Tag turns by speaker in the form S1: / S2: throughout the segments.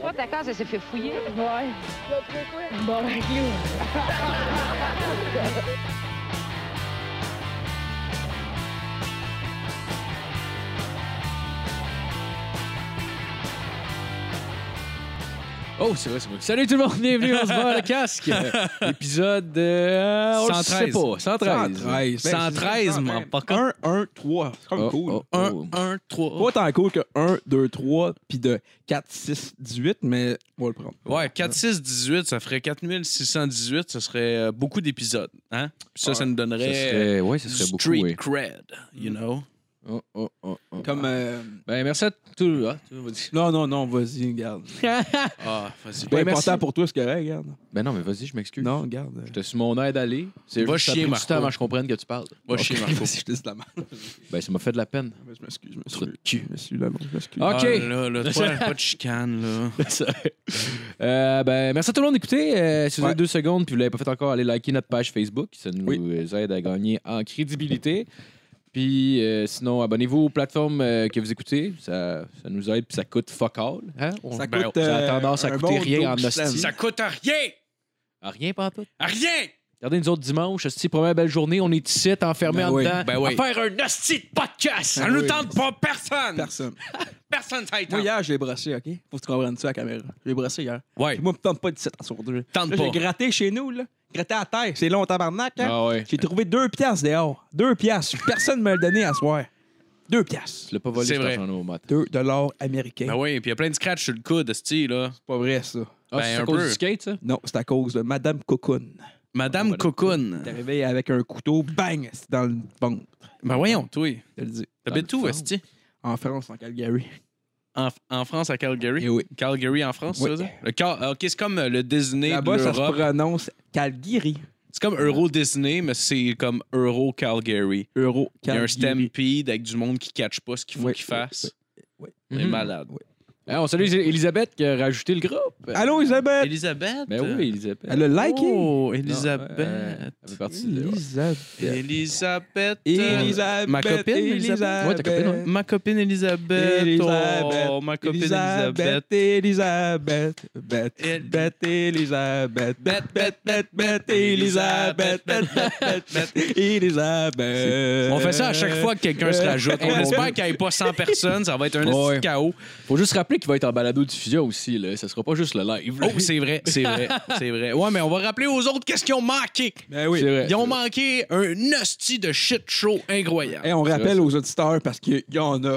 S1: Toi, ta case, elle s'est fait fouiller.
S2: Ouais. Bon, avec nous.
S3: Oh, c'est vrai, c'est moi. Salut tout le monde, bienvenue, on se bat le casque. Euh, Épisode euh, on le sait
S4: 113.
S3: pas, 113.
S4: 113.
S3: Ben,
S4: 113, mais pas comme.
S5: 1, 1, 3. C'est comme
S3: Oh,
S5: cool.
S3: oh,
S4: Un,
S3: oh.
S4: un, trois.
S5: Pas tant cool que 1, 2, 3, puis de 4, 6, 18, mais on va le prendre.
S4: Ouais, 4, 6, 18, ça ferait 4618, ce serait euh, beaucoup d'épisodes. Hein? Puis ça, ça nous
S3: Ce
S4: donnerait euh,
S3: serait, ouais, ce
S4: du
S3: serait beaucoup.
S4: street
S3: ouais.
S4: cred, you know?
S3: Oh, oh, oh, oh.
S5: Comme. euh,
S3: Ben, merci à tout. Ah, tout le monde.
S5: Non, non, non, vas-y, garde.
S4: Ben, Ah, vas-y.
S5: Pas
S3: Ben, merci.
S5: important pour toi, ce que là, garde.
S3: Ben non, mais vas-y, je m'excuse.
S5: Non, garde.
S3: J'étais sur mon aide d'aller. C'est
S4: Va
S3: juste ça a
S4: chier,
S3: pris du
S4: Marco.
S3: temps avant que je comprenne que tu parles.
S4: Va chier, Marco.
S5: Je te dis la merde.
S3: Ben, ça m'a fait de la peine.
S5: euh, Je m'excuse, je m'excuse. Je m'excuse, la merde, je m'excuse.
S3: Ah,
S4: Ah,
S3: OK.
S4: là, là, toi, pas de chicane, là.
S3: Euh, ben, merci à tout le monde d'écouter. Euh, si vous
S5: Ouais.
S3: avez deux secondes puis vous l'avez pas fait encore, allez liker notre page Facebook. Ça nous
S5: Oui.
S3: euh, aide à gagner en crédibilité. Puis euh, sinon, abonnez-vous aux plateformes euh, que vous écoutez. Ça, ça nous aide puis ça coûte fuck all. Hein? On-
S5: Ça
S4: Ben,
S5: coûte.
S3: ça a
S5: euh,
S3: tendance à
S5: un
S3: coûter
S5: bon
S3: rien en
S5: 12 cents.
S3: hostie.
S4: Ça coûte à rien!
S3: Ah, Rien pas tout.
S4: À rien!
S3: Regardez nous autres dimanche, c'est première belle journée, on est ici, enfermé
S5: Ben
S3: en
S5: oui.
S3: dedans.
S4: Ben oui. Ben
S3: À faire un hostie de podcast!
S4: Ça
S5: Ah
S4: nous
S5: oui.
S4: tente pas personne!
S5: Personne.
S4: Personne, ça y
S5: Moi,
S4: tente.
S3: hein.
S5: hier, je l'ai brossé, OK? Faut que tu comprennes ça à la caméra. Je l'ai brossé hier.
S4: Ouais,
S5: Puis moi, me tente pas de 17 ans sur deux.
S4: tente
S5: Là, j'ai
S4: pas.
S5: gratté chez nous, là. Gratté à terre. C'est long, tabarnak, hein?
S3: Ah ouais.
S5: J'ai trouvé deux piastres dehors. Deux piastres. Personne ne me le donnait à soir. Deux piastres.
S3: Tu l'as pas volé,
S4: C'est
S3: cet
S4: vrai.
S3: argent-là, au mat.
S5: Deux dollars américains.
S4: Ben oui, puis il y a plein de scratch sur le coude, ce là.
S5: C'est pas vrai, ça.
S3: Ah, c'est
S4: Ben,
S3: à
S4: un
S3: cause
S4: peu.
S3: du skate, ça?
S5: Non, c'est à cause de Madame Cocoon.
S4: Madame Cocoon.
S5: T'es arrivé avec un couteau, bang, c'est dans le ventre.
S4: Ben voyons, toi.
S5: Je te le dis.
S4: T'habites
S3: Dans
S4: où,
S3: le
S4: Esti?
S5: En France, en Calgary.
S4: En, en France, à Calgary?
S5: Eh oui.
S4: Calgary en France,
S5: Oui.
S4: ça, ça? Le Cal- ah, OK, c'est comme euh, le Disney de
S5: Là-bas, ça se
S4: l'Europe.
S5: prononce Calgary.
S4: C'est comme Euro Disney, mais c'est comme Euro Calgary.
S5: Euro
S4: Il y a un
S5: Calgary.
S4: stampede avec du monde qui ne catch pas ce qu'il faut
S5: Oui,
S4: qu'il fasse.
S5: oui,
S4: C'est
S3: Mhm.
S4: malade.
S3: Eh, on salue Elisabeth qui a rajouté le groupe.
S5: Allô, Isabelle!
S4: Elisabeth?
S3: Ben oui, Elisabeth.
S5: Elle a liké.
S4: Oh,
S3: Non, euh,
S4: Elisabeth.
S3: elle fait partie de- ouais.
S5: Elisabeth.
S4: Elisabeth.
S5: euh, Elisabeth.
S4: Ma copine, Elisabeth.
S3: Ouais, ta copine, ouais.
S4: Ma copine Elisabeth.
S5: Elisabeth.
S4: Oh, ma copine Elisabeth.
S5: Elisabeth, Elisabeth, Beth,
S4: El-
S5: Beth, Elisabeth,
S4: Beth,
S5: Beth, Beth, Beth, Elisabeth, Beth, Beth, Beth, Beth, Elisabeth.
S4: On fait ça à chaque fois que quelqu'un se rajoute. On
S5: Euh,
S4: espère qu'il n'y ait pas 100 personnes. Ça va être un
S3: Ouais.
S4: petit chaos.
S3: Faut juste rappeler qu'il va être en balado diffusion aussi, là. Ça sera pas juste le live. là.
S4: Oh, c'est vrai, c'est vrai, c'est vrai. Ouais, mais on va rappeler aux autres qu'est-ce qu'ils ont manqué.
S5: Ben oui.
S3: C'est vrai.
S4: Ils ont manqué un hostie de shit show incroyable.
S5: Et on
S3: C'est vrai,
S5: rappelle aux auditeurs parce qu'il y en a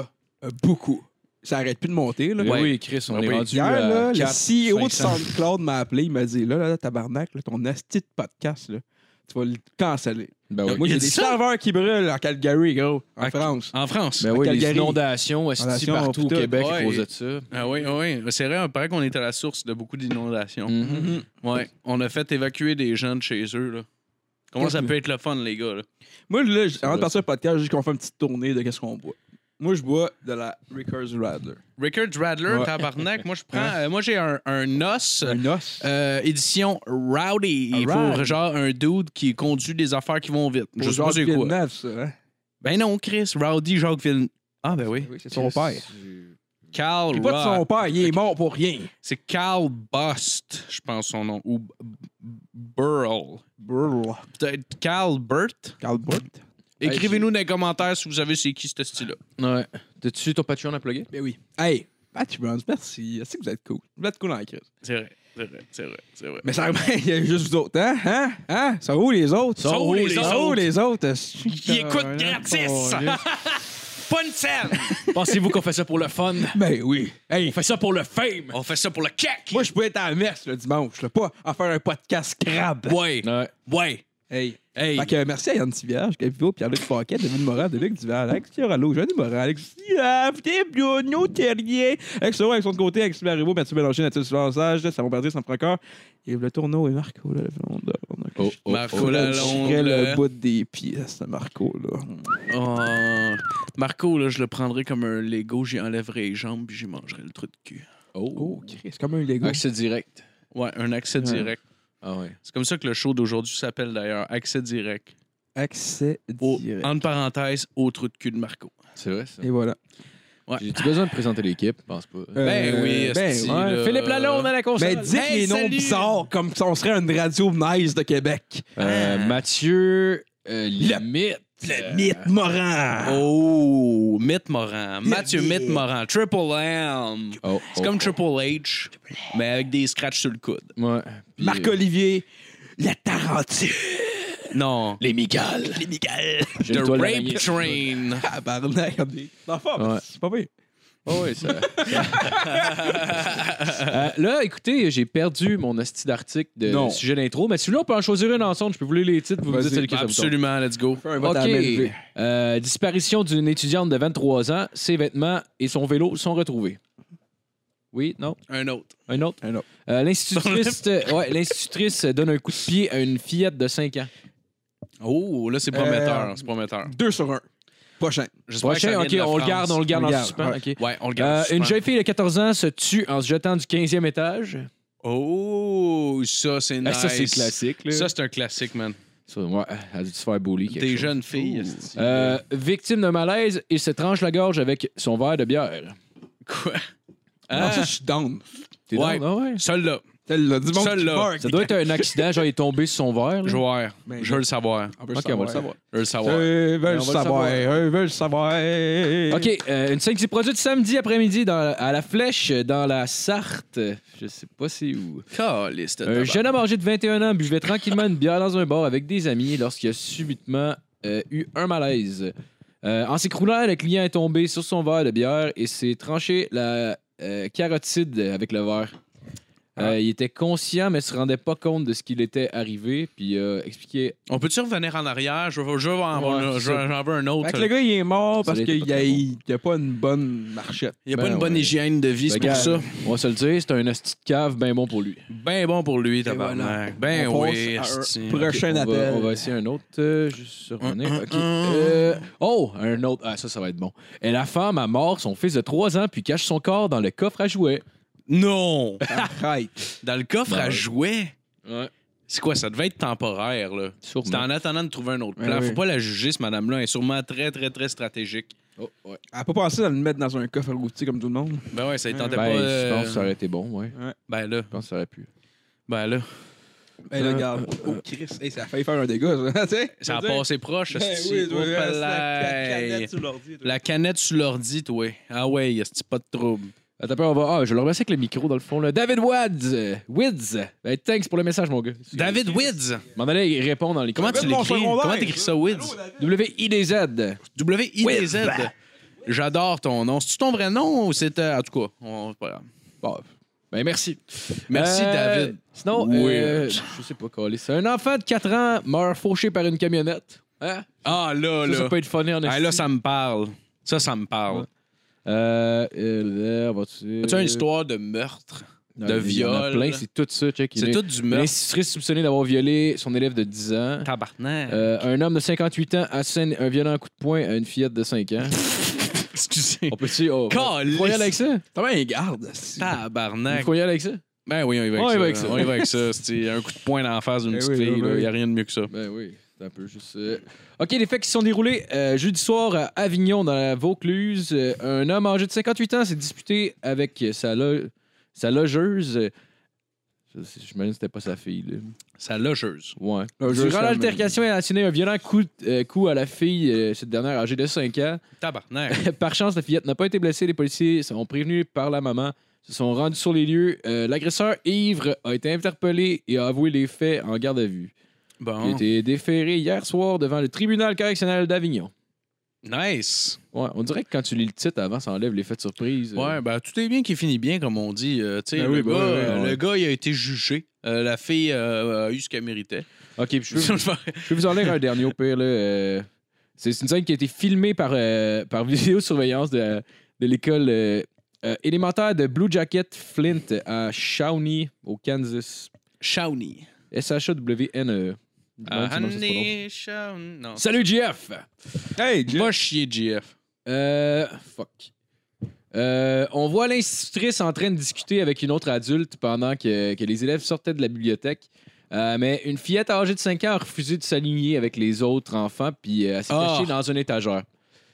S5: euh, beaucoup. Ça arrête plus de monter, là.
S3: Ben
S4: Ouais.
S3: Oui, Chris, on
S4: Ben
S3: est
S4: oui.
S3: rendu
S5: Hier,
S3: à
S5: là, le
S3: quatre,
S5: CEO de
S3: 500.
S5: SoundCloud m'a appelé, il m'a dit là, là, là, tabarnak, là, ton asti de podcast, là, tu vas le canceller.
S3: Ben oui.
S5: Moi,
S4: Il
S5: j'ai
S4: a dit
S5: des
S4: ça?
S5: serveurs qui brûlent en Calgary, gros, en
S4: Ah,
S5: France.
S4: En France.
S3: Ben oui, les
S5: Calgary.
S3: inondations, esti,
S5: Inondations,
S3: partout au
S5: putain.
S3: Québec à
S4: Ouais.
S3: cause de ça.
S4: Ah oui, ah oui. C'est vrai, on paraît qu'on est à la source de beaucoup d'inondations. Ouais. On a fait évacuer des gens de chez eux, là. Comment ça peut être le fun, les gars, là?
S5: Moi, là, j- avant
S3: vrai.
S5: de partir au podcast, juste qu'on fait une petite tournée de qu'est-ce qu'on boit. Moi, je bois de la Rickers Radler.
S4: Rickard Radler,
S5: Ouais.
S4: tabarnak. Moi, je prends. euh, moi, j'ai un, un os.
S5: Un os.
S4: euh, édition Rowdy
S5: Alright.
S4: pour genre un dude qui conduit des affaires qui vont vite. Je
S5: Au
S4: sais pas
S5: Jacques
S4: c'est quoi.
S5: Villeneuve, ça, hein?
S4: Ben non, Chris, Rowdy Jacques Villeneuve. Ah ben oui.
S5: c'est son père.
S4: Carl
S5: Il est pas de son
S4: Rock.
S5: père, il est mort pour rien.
S4: C'est Carl Bust, je pense son nom. Ou B- B- Burl.
S5: Brrr.
S4: Peut-être Carl Burt.
S5: Carl Burt.
S4: Écrivez-nous dans les commentaires si vous savez c'est qui ce style-là.
S3: Ouais. T'as-tu ton Patreon à plugger?
S5: Ben oui. Hey, Patty Burns, merci. Je sais que vous êtes cool. Vous êtes cool en crise.
S4: C'est vrai, c'est vrai, c'est vrai, c'est vrai.
S5: Mais ça il y a juste vous autres, hein? Hein? Hein? Ça où les autres?
S4: Ça où les
S5: Ça où
S4: autres?
S5: les autres?
S4: Qui écoute gratis! Pas une scène!
S3: Pensez-vous qu'on fait ça pour le fun?
S5: Ben oui.
S3: On fait ça pour le fame!
S4: On fait ça pour le cake!
S5: Moi, je peux être à la messe le dimanche, là, pas à faire un podcast crabe.
S4: Ouais,
S3: Ouais.
S4: ouais.
S5: Hey.
S4: Hey,
S5: Fait que, euh, merci à Yann Tivierge, Capito, Pierre-Luc Paquet, David Morin, David Duval, Alex Fiorello, Johnny Morin, Alex Silaf, Bruno Terrier, Alex Leroy, Alex de côté, Alex Barreau, Mathieu Mélanger, Nathalie Sulansage, Savon Patrice, Sam Francard, Yves Le Tourneau et Marco Lalonde. On a-
S3: Oh, oh,
S4: Marco
S3: oh.
S4: Lalonde.
S5: Je dirais le bout des pieds, ce Marco-là.
S4: oh, Marco, là, je le prendrais comme un Lego, j'y enlèverais les jambes puis j'y mangerais le truc de cul.
S3: Oh.
S5: Oh, Chris, c'est comme un Lego.
S3: Accès direct.
S4: Ouais, un accès direct.
S3: Ah ouais.
S4: C'est comme ça que le show d'aujourd'hui s'appelle d'ailleurs, accès direct.
S5: Accès
S4: Au,
S5: direct.
S4: Oh. entre parenthèses, au trou de cul de Marco.
S3: C'est vrai, ça.
S5: Et voilà.
S4: Ouais.
S3: J'ai-tu besoin de présenter l'équipe? Je pense pas.
S4: Ben
S5: Euh,
S4: oui,
S5: ben
S4: esti,
S5: ouais.
S4: là.
S3: Philippe Lalonde à la
S5: Mais
S3: console.
S5: dites
S4: Hey,
S5: les noms
S4: salut!
S5: bizarres, comme si on serait une radio nice de Québec.
S3: Euh, Mathieu euh, Limite.
S5: Le mythe
S3: Ah.
S5: Morin.
S4: Oh, Mitt Morin. Mathieu
S5: Yeah.
S4: Mitt Morin. Triple M.
S3: Oh,
S4: C'est
S3: oh,
S4: comme
S3: oh.
S4: Triple H, mais avec des scratchs sur le coude.
S3: Ouais. Puis, euh,
S5: Marc-Olivier. La Tarentine.
S4: Non.
S5: Les migales. Les migales.
S3: j'ai
S4: The
S3: une toile
S4: Rape
S3: d'araignée.
S4: Train.
S5: Tabarnak, on est en forme.
S3: Ouais.
S5: C'est pas pire.
S3: Oh, oui, ça. Euh, là, écoutez, j'ai perdu mon hostie d'article de
S5: Non.
S3: sujet d'intro, mais celui-là, on peut en choisir une ensemble. Je peux vous lire les titres, vous me
S5: Vas-y.
S3: dites c'est lequel ça vous tombe.
S4: Absolument, let's go.
S5: Fais un vote à la
S3: OK.
S5: MLV.
S3: Euh, disparition d'une étudiante de 23 ans. Ses vêtements et son vélo sont retrouvés. Oui, non,
S4: Un autre.
S3: un autre.
S5: Un autre.
S3: Euh, l'institutrice, euh, ouais, l'institutrice donne un coup de pied à une fillette de 5 ans.
S4: Oh, là, c'est prometteur.
S5: Euh,
S4: C'est prometteur.
S5: Deux sur un. Prochain.
S4: J'espère que ça
S3: Prochain,
S4: vient
S3: ok,
S4: de la
S3: on le
S4: France.
S3: garde, on le garde
S5: On le
S3: en
S5: garde,
S3: suspens.
S5: ouais.
S3: ok.
S4: Ouais, on le
S3: Euh,
S4: garde.
S3: une
S4: suspens.
S3: jeune fille de 14 ans se tue en se jetant du 15e étage.
S4: Oh, ça, c'est nice.
S3: Ah, ça, c'est classique. Là.
S4: Ça, c'est un classique, man.
S3: Ça, ouais, elle a dû se faire bully. quelque
S4: Des
S3: chose.
S4: jeunes filles. esti.
S3: Euh, victime d'un malaise, il se tranche la gorge avec son verre de bière.
S4: Quoi?
S5: Non, ça,
S4: Ah,
S5: je suis down.
S3: T'es
S4: Ouais.
S3: down? Ah ouais.
S4: Celle-là.
S5: Celle-là, du monde
S4: Celle-là.
S5: qui meurt.
S3: Ça doit être un accident, genre il est tombé sur son verre. là.
S4: Joueur.
S5: Ben,
S4: Je veux le savoir.
S5: On peut
S3: Ok, on va le savoir.
S4: Je veux le savoir.
S5: Ils
S3: Mais on va
S5: veulent
S3: le
S5: savoir.
S3: savoir.
S5: Ils veulent savoir.
S3: OK, euh, une scène qui s'est produite samedi après-midi dans- à La Flèche, dans la Sarthe. Je sais pas c'est où.
S4: Caliste.
S3: Un jeune homme âgé de 21 ans buvait tranquillement une bière dans un bar avec des amis lorsqu'il a subitement euh, eu un malaise. Euh, en s'écroulant, le client est tombé sur son verre de bière et s'est tranché la euh, carotide avec le verre.
S4: Ah.
S3: Euh, il était conscient, mais se rendait pas compte de ce qu'il était arrivé, puis euh, expliquait.
S4: On peut-tu revenir en arrière? Je veux, je veux en-
S3: Ouais,
S4: je veux-
S3: ça.
S4: j'en veux un autre.
S5: Fait que le gars, il est mort parce
S3: Ça l'était
S5: qu'il
S3: pas
S5: n'y a,
S3: très
S5: il y a pas une bonne marchette.
S4: Il n'y a pas
S3: Ben
S4: une bonne
S3: ouais.
S4: hygiène de vie, c'est pour
S3: Regarde,
S4: ça.
S3: On va se le dire, c'est un hostie de cave bien bon pour lui.
S4: Ben bon pour lui,
S5: voilà.
S4: tabarnak. Ben
S5: On passe
S4: oui,
S5: à un
S4: esti.
S5: proche. Prochain
S3: on
S5: appel.
S3: Va, on va essayer un autre. euh, juste sur revenir.
S4: Un, un,
S3: Ok.
S4: un.
S3: Euh, oh, un autre. Ah, ça, ça va être bon. Et la femme a mort son fils de 3 ans puis cache son corps dans le coffre à jouets.
S4: Non!
S5: Arrête.
S4: Dans le coffre
S3: Ben
S4: à
S3: ouais.
S4: jouets?
S3: Ouais,
S4: C'est quoi, ça devait être temporaire, là. C'est
S3: sûrement.
S4: en attendant de trouver un autre
S5: Ben
S4: plan.
S5: oui.
S4: Faut pas la juger, cette madame-là. Elle est sûrement très, très, très stratégique.
S3: Oh, ouais.
S5: Elle n'a pas pensé à le mettre dans un coffre à outils comme tout le monde.
S4: Ben ouais, ça lui tentait
S3: Ben,
S4: pas.
S3: je pense que ça
S4: euh,
S3: aurait été bon, ouais.
S4: Ben là,
S3: Je pense que ça aurait pu.
S4: ben là.
S5: Ben,
S3: Euh,
S5: regarde. Oh, Chris. Hey, ça a failli faire un dégât, ça. Tu sais,
S4: Ça a
S5: je veux dire.
S4: passé proche,
S5: Ben
S4: esti.
S5: oui, tu vois,
S4: Oh,
S5: la- la
S4: palais.
S5: canette sur l'ordi. toi.
S4: La canette sur l'ordi, toi. Ah ouais, c'est pas de trouble.
S3: Attends, un peu, on va. Ah, je vais le remercie avec le micro dans le fond. Là. David Wads. euh, Wids. Ben, thanks pour le message, mon gars.
S4: David Wids.
S3: M'en allait répondre dans les
S4: Comment tu
S5: David, mon
S4: l'écris?
S5: secondaire.
S4: Comment t'écris ça, Wids?
S3: W-I-D-Z.
S4: W-I-D-Z. J'adore ton nom. C'est-tu ton vrai nom ou c'était. En tout cas, on... c'est pas grave.
S3: Bon. Ben, merci.
S4: Merci,
S3: Euh,
S4: David.
S3: Sinon,
S4: Oui.
S3: euh, je sais pas quoi. C'est un enfant de 4 ans meurt fauché par une camionnette. Hein?
S4: Ah là,
S3: Ça, ça
S4: là.
S3: peut être funny en
S4: Ah,
S3: esti.
S4: là, ça me parle. Ça, ça me parle.
S3: Euh, euh, là, vas-tu...
S4: As-tu une histoire de meurtre?
S3: Non,
S4: de
S3: il y en a
S4: viol?
S3: plein, c'est tout ça. Check, il
S4: C'est
S3: est-
S4: tout du meurtre.
S3: L'institutrice soupçonnée d'avoir violé son élève de 10 ans.
S4: Tabarnak.
S3: Euh, un homme de 58 ans assène un violent coup de poing à une fillette de 5 ans.
S4: Excusez.
S3: On peut-tu... Oh,
S4: Calisse.
S3: faut y aller avec ça?
S5: T'as bien un garde. esti.
S4: Tabarnak.
S3: Faut y aller avec ça?
S4: Ben oui, on y va avec
S3: On y
S4: ça.
S3: va avec ça.
S4: On y va avec ça. C'est un coup de poing dans la face d'une
S5: Eh
S4: petite
S5: oui,
S4: fille.
S5: oui,
S4: Il
S5: oui.
S4: n'y a rien de mieux que ça.
S3: Ben oui, c'est un peu juste. euh. OK, les faits qui se sont déroulés euh, jeudi soir à Avignon, dans la Vaucluse. Euh, un homme âgé de 58 ans s'est disputé avec euh, sa, lo- sa logeuse. Euh, je- je- J'imagine que c'était pas sa fille. là.
S4: Sa logeuse.
S3: Ouais.
S5: Logeuse,
S3: Durant
S5: c'est la
S3: l'altercation, elle a asséné un violent coup, euh, coup à la fille, euh, cette dernière âgée de 5 ans.
S4: Tabarnak.
S3: par chance, la fillette n'a pas été blessée. Les policiers seront prévenus par la maman. Se sont rendus sur les lieux. Euh, L'agresseur ivre a été interpellé et a avoué les faits en garde à vue. Il a
S4: Bon.
S3: été déféré hier soir devant le tribunal correctionnel d'Avignon.
S4: Nice.
S3: Ouais, on dirait que quand tu lis le titre avant, ça enlève l'effet de surprise.
S4: Ouais, ben tout est bien qui finit bien, comme on dit. euh, tu sais,
S5: Ben
S4: le,
S5: oui, ben
S4: gars,
S5: oui,
S4: euh,
S5: oui,
S4: le
S5: ouais.
S4: gars, il a été jugé. Euh, la fille euh, a eu ce qu'elle méritait.
S3: Ok, puis je, peux, je peux vous en lire un dernier au pire. là. Euh, c'est une scène qui a été filmée par, euh, par vidéosurveillance de, de l'école euh, euh, élémentaire de Blue Jacket Flint à Shawnee, au Kansas.
S4: Shawnee.
S3: S-H-A-W-N-E.
S4: Ah,
S3: Demande si E. c'est mon nom.
S4: Honey, Shawnee. Non.
S3: Salut, GF!
S5: Hey, Jeff.
S4: Pas chier, GF.
S3: Euh, fuck. Euh, on voit l'institutrice en train de discuter avec une autre adulte pendant que, que les élèves sortaient de la bibliothèque. Euh, mais une fillette âgée de 5 ans a refusé de s'aligner avec les autres enfants puis euh, elle s'est
S4: Ah.
S3: cachée dans une étagère.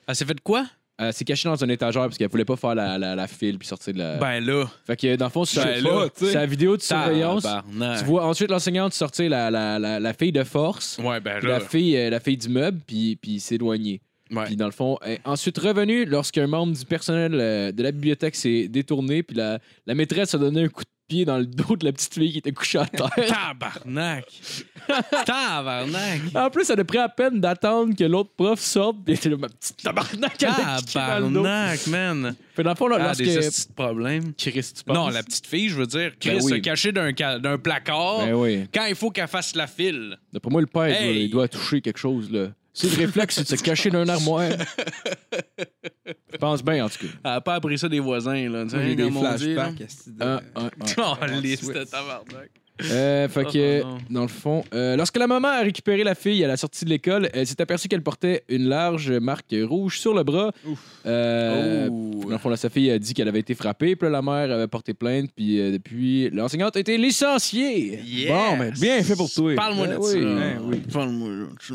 S4: Elle s'est fait de quoi?
S3: euh, s'est cachée dans une étagère parce qu'elle voulait pas faire la, la, la file puis sortir de la.
S4: Ben là,
S3: fait que dans le fond, c'est
S4: Ben
S3: c'est
S4: là,
S5: tu sais.
S3: la vidéo de surveillance.
S4: tabarnak.
S3: Tu vois ensuite l'enseignante sortir la, la, la, la fille de force,
S4: Ouais, ben
S3: puis
S4: là.
S3: la fille, euh, la fille du meuble, puis, puis s'éloigner.
S4: Ouais.
S3: Puis dans le fond, elle est ensuite revenue lorsqu'un membre du personnel euh, de la bibliothèque s'est détourné, puis la, la maîtresse a donné un coup de pied dans le dos de la petite fille qui était couchée à terre.
S4: Tabarnak! Tabarnak!
S3: en plus, elle a pris à peine d'attendre que l'autre prof sorte, puis elle était là, ma petite tabarnak, elle a kické dans le dos.
S4: Tabarnak, man!
S3: Puis dans le fond, là,
S4: Ah,
S3: lorsque...
S4: des petits problèmes.
S3: Chris, tu penses?
S4: Non, la petite fille, je veux dire, Chris
S3: Ben oui.
S4: se cacher d'un ca- d'un placard
S3: Ben oui.
S4: quand il faut qu'elle fasse la file.
S3: D'après moi, le père, il doit-
S4: Hey!
S3: il doit toucher quelque chose, là. C'est le réflexe, c'est de se cacher d'un armoire. Je pense bien, en tout cas.
S4: Elle a pas appris ça des voisins, là. Tu sais,
S5: J'ai des
S4: comme on dit, là.
S5: flashbacks. esti, de-
S3: Un, un, un.
S4: Oh, liste de tabarnak.
S3: Euh, fait que,
S4: Oh, non.
S3: dans le fond, euh, lorsque la maman a récupéré la fille à la sortie de l'école, elle s'est aperçue qu'elle portait une large marque rouge sur le bras. Euh, Dans le fond, là, sa fille a dit qu'elle avait été frappée, puis là, la mère avait porté plainte, puis euh, depuis, l'enseignante a été licenciée.
S4: Yes!
S5: Bon, mais bien fait pour toi.
S4: Parle-moi
S3: Ben
S4: de
S3: oui.
S4: ça.
S5: Ben oui.
S4: Parle-moi de ça.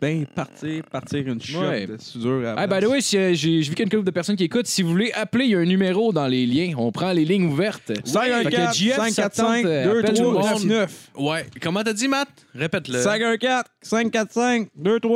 S5: Ben, partir, partir une shot
S3: Ouais.
S5: de soudure à la
S3: Ah, by
S5: place.
S3: the way, si, euh, j'ai j'ai vu qu'il y a une couple de personnes qui écoutent. Si vous voulez appeler, il y a un numéro dans les liens. On prend les lignes ouvertes. Fait que
S5: 514
S3: JF,
S5: 545
S3: ça tente, euh, appelle tout le monde.
S5: 2399
S4: Ouais. Comment t'as dit, Matt? Répète-le.
S5: 514 545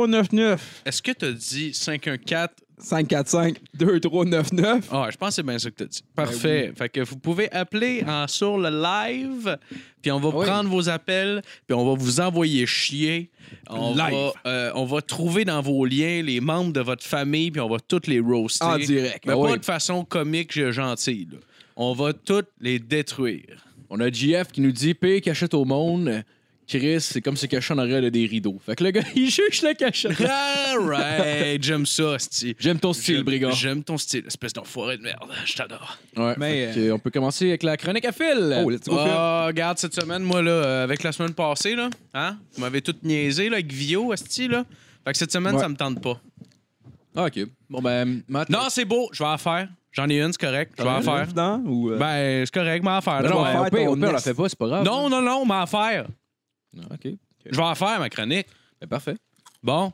S5: 2399
S4: Est-ce que t'as dit 514?
S5: 545 2399
S4: Ah, je pense que c'est bien ça que t'as dit.
S3: Ben
S4: Parfait. Fait que vous pouvez appeler en- sur le live, puis on va
S3: Ah Oui.
S4: prendre vos appels, puis on va vous envoyer chier. On
S5: Live.
S4: Va, euh, on va trouver dans vos liens les membres de votre famille, puis on va toutes les roaster.
S5: En direct.
S4: Mais
S3: Ah
S4: pas
S3: oui.
S4: de façon comique euh, gentille. là. On va toutes les détruire.
S3: On a JF qui nous dit P cachette au monde. Chris, c'est comme se cacher en arrière des rideaux. Fait que le gars, il juge la cachette.
S4: All right. J'aime ça, Steve.
S3: J'aime ton style, brigand.
S4: J'aime ton style, espèce d'enfoiré de merde. Je t'adore.
S3: Ouais,
S5: Mais,
S3: fait que, on peut commencer avec la chronique à fil.
S5: Oh, let's go, Phil.
S4: Ah, regarde, cette semaine, moi, là, euh, avec la semaine passée, là, hein, vous m'avez tout niaisé, là, avec Vio, esti, là. Fait que cette semaine,
S5: Ouais.
S4: ça me tente pas.
S3: Ah, ok. Bon, ben, Matt.
S4: Non, c'est beau, je vais en faire. J'en ai une, c'est correct, je vais en faire.
S5: Non, ou... euh,
S4: Ben, c'est correct, mais en faire. là,
S3: Ben, non,
S5: va
S4: ouais.
S5: faire
S3: au pire,
S5: ton
S3: au pire, on la
S5: next.
S3: fait pas, c'est pas grave.
S4: non, non, non, mais en faire.
S3: Ah, ok.
S4: Je vais en faire, ma chronique.
S3: Ben, parfait.
S4: Bon.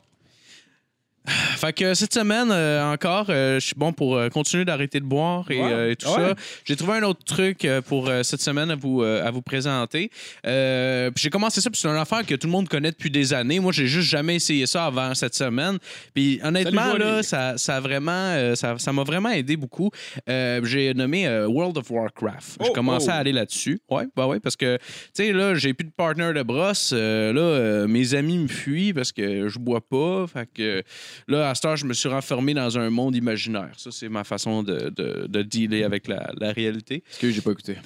S4: Fait que cette semaine, euh, encore, euh, je suis bon pour euh, continuer d'arrêter de boire et,
S5: Ouais.
S4: euh, et tout
S5: Ouais.
S4: ça. J'ai trouvé un autre truc euh, pour euh, cette semaine à vous, euh, à vous présenter. Euh, puis j'ai commencé ça, puis c'est une affaire que tout le monde connaît depuis des années. Moi, j'ai juste jamais essayé ça avant cette semaine. Puis honnêtement,
S3: Salut,
S4: là,
S3: Wally.
S4: ça, ça a vraiment, euh, ça, ça m'a vraiment aidé beaucoup. Euh, j'ai nommé euh, World of Warcraft.
S5: Oh,
S4: j'ai commencé
S5: oh.
S4: à aller là-dessus. Ouais, bah ouais, parce que, tu sais, là, j'ai plus de partner de brosse. Euh, là, euh, mes amis me fuient parce que je bois pas. Fait que là, à cette heure, je me suis renfermé dans un monde imaginaire. Ça, c'est ma façon de, de, de dealer avec la, la réalité.
S3: Parce que j'ai pas écouté.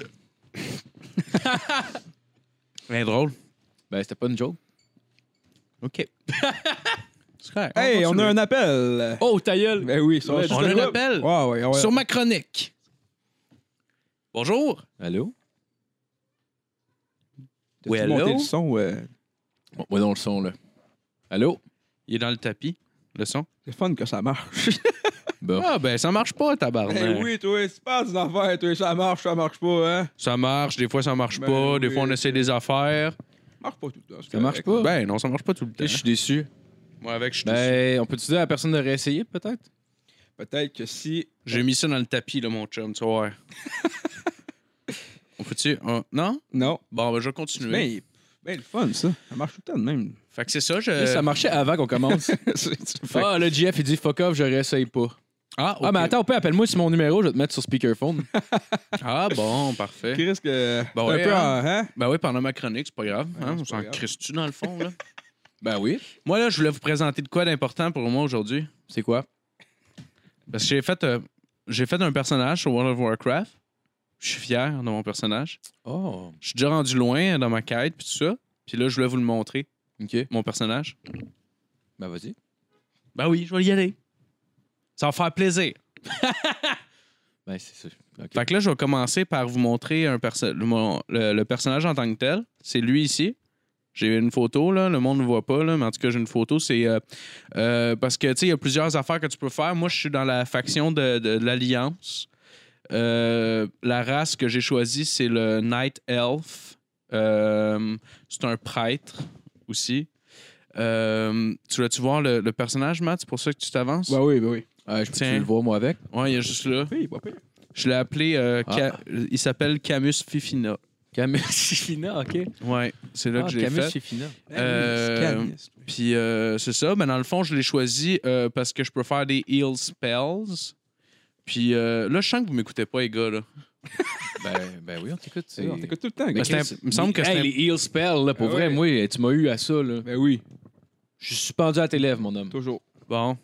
S4: Bien drôle.
S3: Ben, c'était pas une joke.
S4: OK. c'est correct.
S5: Hey, on
S4: continue.
S5: a un appel.
S3: Oh, ta gueule.
S5: Ben oui,
S3: On
S4: a un appel.
S5: Ouais, ouais, ouais.
S4: Sur ma chronique. Bonjour.
S3: Allô?
S5: T'as-tu
S4: Well,
S5: monté
S4: hello?
S5: le son, ouais.
S3: Bon, moi, dans le son, là. Allô?
S4: Il est dans le tapis, le son.
S5: C'est fun que ça marche.
S3: Bon.
S4: Ah, ben, ça marche pas, tabarnak.
S5: Ben oui, toi, c'est pas des affaires, toi, ça marche, ça marche pas, hein.
S4: Ça marche, des fois, ça marche
S5: Ben
S4: pas. Des
S5: oui.
S4: fois, on essaie des affaires.
S5: Ça marche pas tout le temps. c'est
S3: Ça marche
S5: correct.
S3: pas?
S4: euh, Ben non, ça marche pas tout le temps.
S3: Je suis déçu.
S4: Moi, avec, je suis déçu.
S3: Ben, on peut-tu dire à la personne de réessayer, peut-être?
S5: Peut-être que si.
S4: J'ai mis ça dans le tapis, là, mon chum, tu vois. ouais. on peut-tu. on- Non?
S5: Non.
S4: Bon, ben, je vais continuer.
S5: Ben, ben, le fun, ça. Ça marche tout le temps de même.
S4: Fait que c'est ça, je.
S3: Ça marchait avant qu'on commence.
S5: C'est-
S3: Ah, le GF, il dit fuck off, je réessaye pas.
S4: Ah,
S3: Ah,
S4: ok.
S3: mais attends, P, appelle-moi sur mon numéro, je vais te mettre sur speakerphone.
S4: Ah, bon, parfait.
S5: Chris, que.
S4: Ben
S5: un
S4: ouais,
S5: peu
S4: hein.
S5: en- hein?
S4: Ben oui, pendant ma chronique, c'est pas grave. hein,
S5: c'est
S4: on
S5: pas
S4: s'en
S5: grave.
S4: crisse-tu dans le fond, là?
S3: ben oui.
S4: moi, là, je voulais vous présenter de quoi d'important pour moi aujourd'hui.
S3: C'est quoi?
S4: Parce que j'ai fait, euh, j'ai fait un personnage sur World of Warcraft. Je suis fier de mon personnage.
S3: Oh,
S4: Je suis déjà rendu loin dans ma quête, puis tout ça. Puis là, je voulais vous le montrer,
S3: ok.
S4: mon personnage.
S3: Ben vas-y.
S4: Ben oui, je vais y aller. Ça va faire plaisir.
S3: Ben c'est ça. Ok.
S4: Fait que là, je vais commencer par vous montrer un perso- le, mon- le- le personnage en tant que tel. C'est lui ici. J'ai une photo, là. Le monde ne voit pas, là. Mais en tout cas, j'ai une photo. C'est. euh, euh, parce que, tu sais, il y a plusieurs affaires que tu peux faire. Moi, je suis dans la faction de, de- de l'Alliance. Euh, la race que j'ai choisie, c'est le Night Elf. Euh, c'est un prêtre aussi. Euh, tu l'as-tu voir le, le personnage, Matt? C'est pour ça que tu t'avances?
S5: Ben oui, ben oui.
S3: Euh, je peux
S4: Tiens.
S3: le voir, moi, avec.
S4: Ouais, il est juste là.
S5: Oui, pas pire.
S4: Je l'ai appelé. euh,
S3: Ah.
S4: Ca- Il s'appelle Camus Fifina.
S3: Camus Fina, OK.
S4: Ouais, c'est là
S3: Ah,
S4: que j'ai
S3: Camus
S4: fait.
S3: Fina.
S4: Euh,
S5: Ben
S4: Puis euh, c'est ça. Ben, dans le fond, je l'ai choisi euh, parce que je peux faire des heal spells. Puis euh, là, je sens que vous m'écoutez pas, les gars. Là.
S3: Ben, ben oui, on t'écoute. c'est-
S5: On t'écoute tout le temps.
S3: Mais
S5: gars.
S4: c'est un-
S3: Chris,
S4: il me semble que c'est
S3: hey,
S4: un-
S3: les heal spells, là, pour
S5: Ah
S3: vrai,
S5: ouais.
S3: moi, tu m'as eu à ça, là.
S5: Ben oui,
S3: Je suis suspendu à tes lèvres, mon homme.
S5: toujours.
S4: Bon.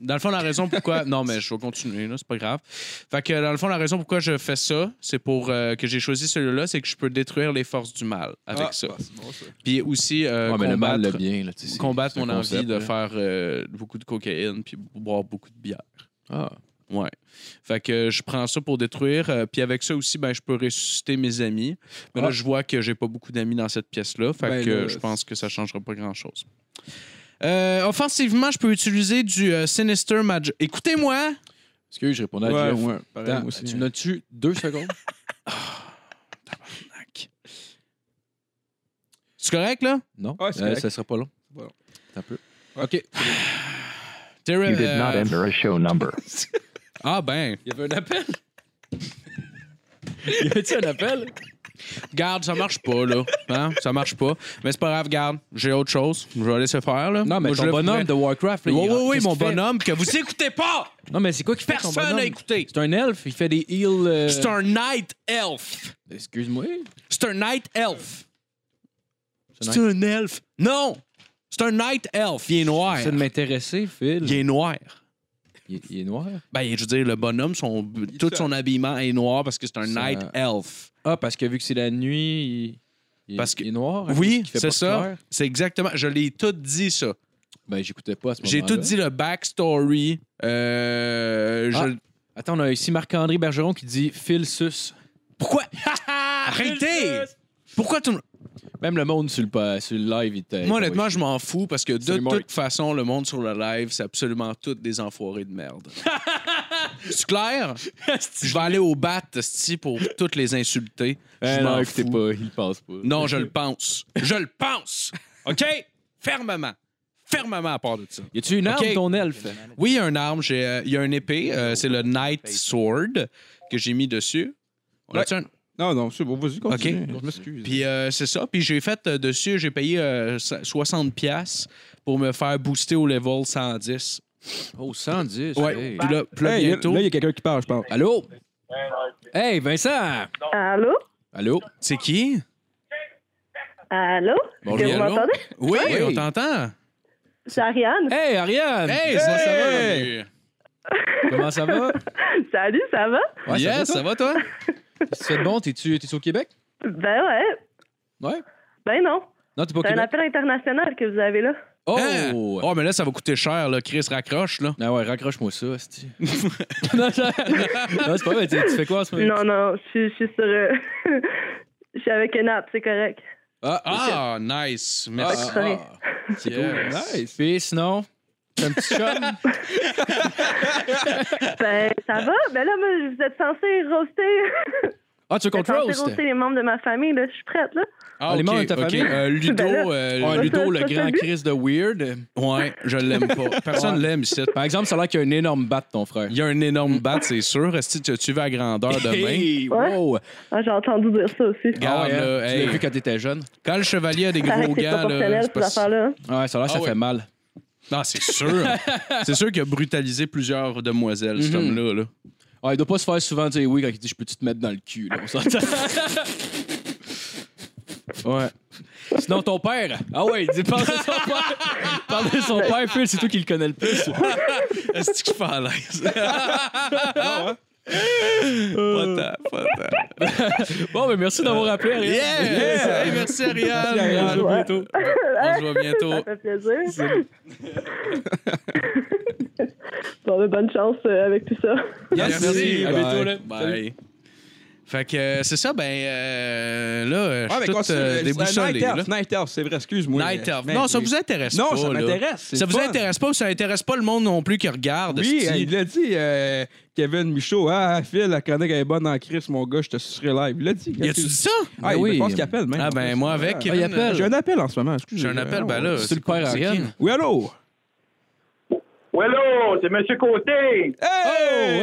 S4: Dans le fond, la raison pourquoi. Non, mais je vais continuer, là, c'est pas grave. Fait que dans le fond, la raison pourquoi je fais ça, c'est pour euh, que j'ai choisi celui-là, c'est que je peux détruire les forces du mal avec
S5: Ah,
S4: ça.
S5: ah, c'est bon, ça.
S4: Puis aussi euh,
S3: Ouais, mais
S4: combattre,
S3: le mal, le bien, là, tu sais, c'est-
S4: combattre
S3: c'est un
S4: mon
S3: concept, hein.
S4: envie de
S3: là.
S4: faire euh, beaucoup de cocaïne puis boire beaucoup de bière.
S3: Ah,
S4: Ouais. Fait que euh, je prends ça pour détruire. euh, puis avec ça aussi, ben, je peux ressusciter mes amis. Mais
S5: Ah.
S4: là, je vois que j'ai pas beaucoup d'amis dans cette pièce-là. Fait
S5: Ben
S4: que
S5: là,
S4: je pense que ça changera pas grand-chose. Euh, offensivement, je peux utiliser du euh, Sinister Magic. Écoutez-moi!
S3: Est-ce que je répondais à
S5: Ouais,
S3: Jeff?
S5: ouais, pareil,
S3: Attends,
S5: moi aussi.
S3: tu me tu deux secondes?
S4: C'est correct, là?
S3: Non?
S5: Ouais, Ah, c'est
S3: Euh,
S5: correct.
S3: ça sera pas long.
S5: Bon.
S3: Attends un peu.
S5: OK.
S4: Terra-
S1: You did not
S4: euh,
S1: enter a show number.
S4: Ah ben,
S3: Il y avait un appel? Il y avait-tu un appel?
S4: garde, ça marche pas, là. Hein? Ça marche pas. Mais c'est pas grave, garde. J'ai autre chose. Je vais aller se faire, là.
S3: Non, mais
S4: Moi, je
S3: ton
S4: le
S3: bonhomme
S4: ferai.
S3: de Warcraft, là,
S4: Oui,
S3: il-
S4: oui, oui,
S3: qu'est-ce
S4: mon
S3: qu'il fait?
S4: bonhomme que vous écoutez pas!
S3: Non, mais c'est quoi qui fait son
S4: Personne
S3: bonhomme?
S4: n'a écouté!
S3: C'est un elfe, il fait des heals... euh,
S4: C'est un Night Elf!
S3: Excuse-moi.
S4: C'est un Night Elf!
S3: C'est un
S4: C'est un elfe. Non! C'est un night elf. Il est noir.
S3: Ça de m'intéresser, Phil.
S4: Il est noir.
S3: Il est, il est noir?
S4: Ben, je veux dire, le bonhomme, son, tout son habillement est noir parce que c'est un
S3: Ça-
S4: night elf.
S3: Ah, parce que vu que c'est la nuit, il, il-
S4: Parce que-
S3: il est noir? hein,
S4: Oui,
S3: qui fait
S4: c'est
S3: pas
S4: ça.
S3: clair.
S4: C'est exactement. Je l'ai tout dit, ça.
S3: Ben, j'écoutais pas à ce moment-là.
S4: J'ai tout dit le backstory. Euh, je-
S3: hein. Ah. Attends, on a ici Marc-André Bergeron qui dit Phil sus.
S4: Pourquoi? Arrêtez! Pourquoi tout le
S3: Même le monde sur le, pa- sur le live, il était.
S4: Moi, honnêtement, je m'en fous parce que de
S3: Salut,
S4: toute
S3: Mark.
S4: façon, le monde sur le live, c'est absolument toutes des enfoirés de merde. c'est clair? Je vais aller au bat, esti, pour toutes les insulter.
S3: Eh
S4: je
S3: non,
S4: m'en
S3: écoutez
S4: fous.
S3: pas, il passe pas.
S4: Non, je le pense. Je le pense! OK? Fermement. Fermement à part de ça.
S3: Y a-tu une arme,
S4: Ok.
S3: ton elfe
S4: Oui, il y a une arme. j'ai, euh, Il y a une épée. euh, c'est le Knight Sword que j'ai mis dessus. On
S5: Ouais.
S4: a-tu un-
S5: Non, non, c'est bon, vas-y, continue. Je m'excuse.
S4: Puis euh, c'est ça. Puis j'ai fait euh, dessus, j'ai payé euh, so- 60$ piastres pour me faire booster au level 110.
S3: Oh, 110.
S4: Ouais. Puis là, puis là,
S5: Hey,
S4: bientôt,
S5: là, il y a quelqu'un qui parle, je pense.
S3: Allô Hey, Vincent
S6: Allô?
S3: Allô
S4: c'est qui?
S6: Allô?
S3: Bon,
S6: Est-ce que
S3: oui,
S6: vous
S4: allô?
S6: m'entendez?
S4: Oui,
S3: Oui.
S4: on t'entend.
S6: C'est Ariane.
S3: Hey, Ariane
S4: Hey,
S3: Comment
S4: ça, ça va?
S3: ça va Comment ça va
S6: Salut, ça va?
S3: Ouais,
S4: yes,
S3: ça
S4: ça va, toi?
S3: Si c'est bon, t'es-tu t'es au Québec
S6: Ben ouais.
S3: Ouais.
S6: Ben non.
S3: Non, t'es pas au
S6: C'est un
S3: Québec.
S6: appel international que vous avez là.
S4: Hein?
S3: Oh
S4: Oh, mais là, ça va coûter cher, là. Chris, raccroche, là.
S3: Ah ouais, raccroche-moi ça, hostie. non, je- non, c'est pas vrai, tu tu fais quoi en ce moment?
S6: Non, non, je suis- je suis sur. euh, Je suis avec une app, c'est correct.
S3: Ah,
S4: Ah, nice. Merci.
S6: Ah, Sorry.
S3: c'est
S4: Yes.
S3: cool. Nice. Puis sinon, t'as un petit chum?
S6: Ben, ça va? Ben là, moi, vous êtes censé roaster.
S3: Ah, tu veux qu'on te
S6: Vous êtes censé
S3: roast?
S6: roaster les membres de ma famille, là. Je suis prête, là.
S4: Ah,
S3: Allez,
S4: ok,
S3: mange ta
S4: ok.
S3: famille.
S4: Euh, Ludo,
S6: Ben là-
S4: euh,
S3: Ouais,
S6: Ça,
S3: Ludo,
S6: ça,
S3: le
S6: ça,
S3: grand
S6: ça,
S3: Chris de Weird.
S4: ouais, je l'aime pas. Personne
S3: Ouais.
S4: l'aime ici.
S3: Par exemple, ça a l'air qu'il y a un énorme bat, ton frère.
S4: Il y a un énorme bat, c'est sûr. Est-ce que tu vas à grandeur demain?
S3: Hey,
S6: Ouais.
S3: wow!
S6: Ah, J'ai entendu dire ça aussi.
S3: Ah
S4: Regarde,
S3: ouais, hein?
S4: là,
S3: Tu
S4: hey.
S3: l'as vu quand t'étais jeune?
S4: Quand le chevalier a des
S6: Ça
S4: gros
S6: reste
S4: gants, là.
S6: proportionnel,
S4: euh, c'est
S6: cette
S4: pas-
S6: affaire-là. hein.
S3: Ouais, ça a l'air, ça
S4: Ah
S3: fait
S4: ouais.
S3: mal.
S4: Non, c'est sûr. c'est sûr qu'il a brutalisé plusieurs demoiselles, cet
S3: Mhm.
S4: homme-là. là.
S3: Ouais, il doit pas se faire souvent dire oui quand il dit je peux-tu te mettre dans le cul, là, on s'entend. ouais. Sinon, ton père. Ah ouais, il dit parle de son père. Parle de son père, Phil, c'est toi qui le connais le plus.
S4: Est-ce qu'il fait à l'aise?
S5: Ah
S3: Bon, ben merci d'avoir appelé, Ariane.
S4: Yes! Hey, merci, Ariane.
S3: Merci, Ariane.
S4: On se voit bientôt. On se voit
S6: Ça
S4: bientôt.
S6: fait plaisir. bon, ben, bonne chance euh, avec tout ça.
S5: Yes,
S4: merci.
S3: À
S5: bye.
S3: bientôt, là. Salut.
S4: Bye. Fait que euh, c'est ça, ben euh, là, euh, je
S5: Ouais, mais
S4: suis tout
S5: continue.
S4: euh,
S5: Euh,
S4: déboussolé.
S5: Night
S4: là.
S5: Elf, Night Elf, c'est vrai, excuse-moi.
S4: Night Elf.
S5: Mais-
S4: Non, ça vous intéresse
S5: Non,
S4: pas.
S5: ça
S4: là.
S5: m'intéresse, c'est
S4: Ça vous
S5: fun.
S4: intéresse pas ou ça intéresse pas le monde non plus qui regarde.
S5: Oui,
S4: esti.
S5: euh, il l'a dit, euh, Kevin Michaud. Ah, Phil, la chronique elle est bonne en Chris, mon gars, je te sucerai live. Il l'a dit.
S4: Y a-tu dit ça?
S5: Ah,
S3: Ben oui.
S5: oui. Je pense qu'il appelle, même.
S4: Ah, ben moi avec.
S5: Ah,
S4: Kevin,
S3: il appelle.
S4: ben
S5: J'ai un appel en ce moment, excusez
S4: J'ai un appel, ben là.
S3: C'est le père
S4: qui?
S3: Ariane.
S5: Oui, allô?
S1: Wello, c'est Monsieur Côté.
S3: Oh, hey,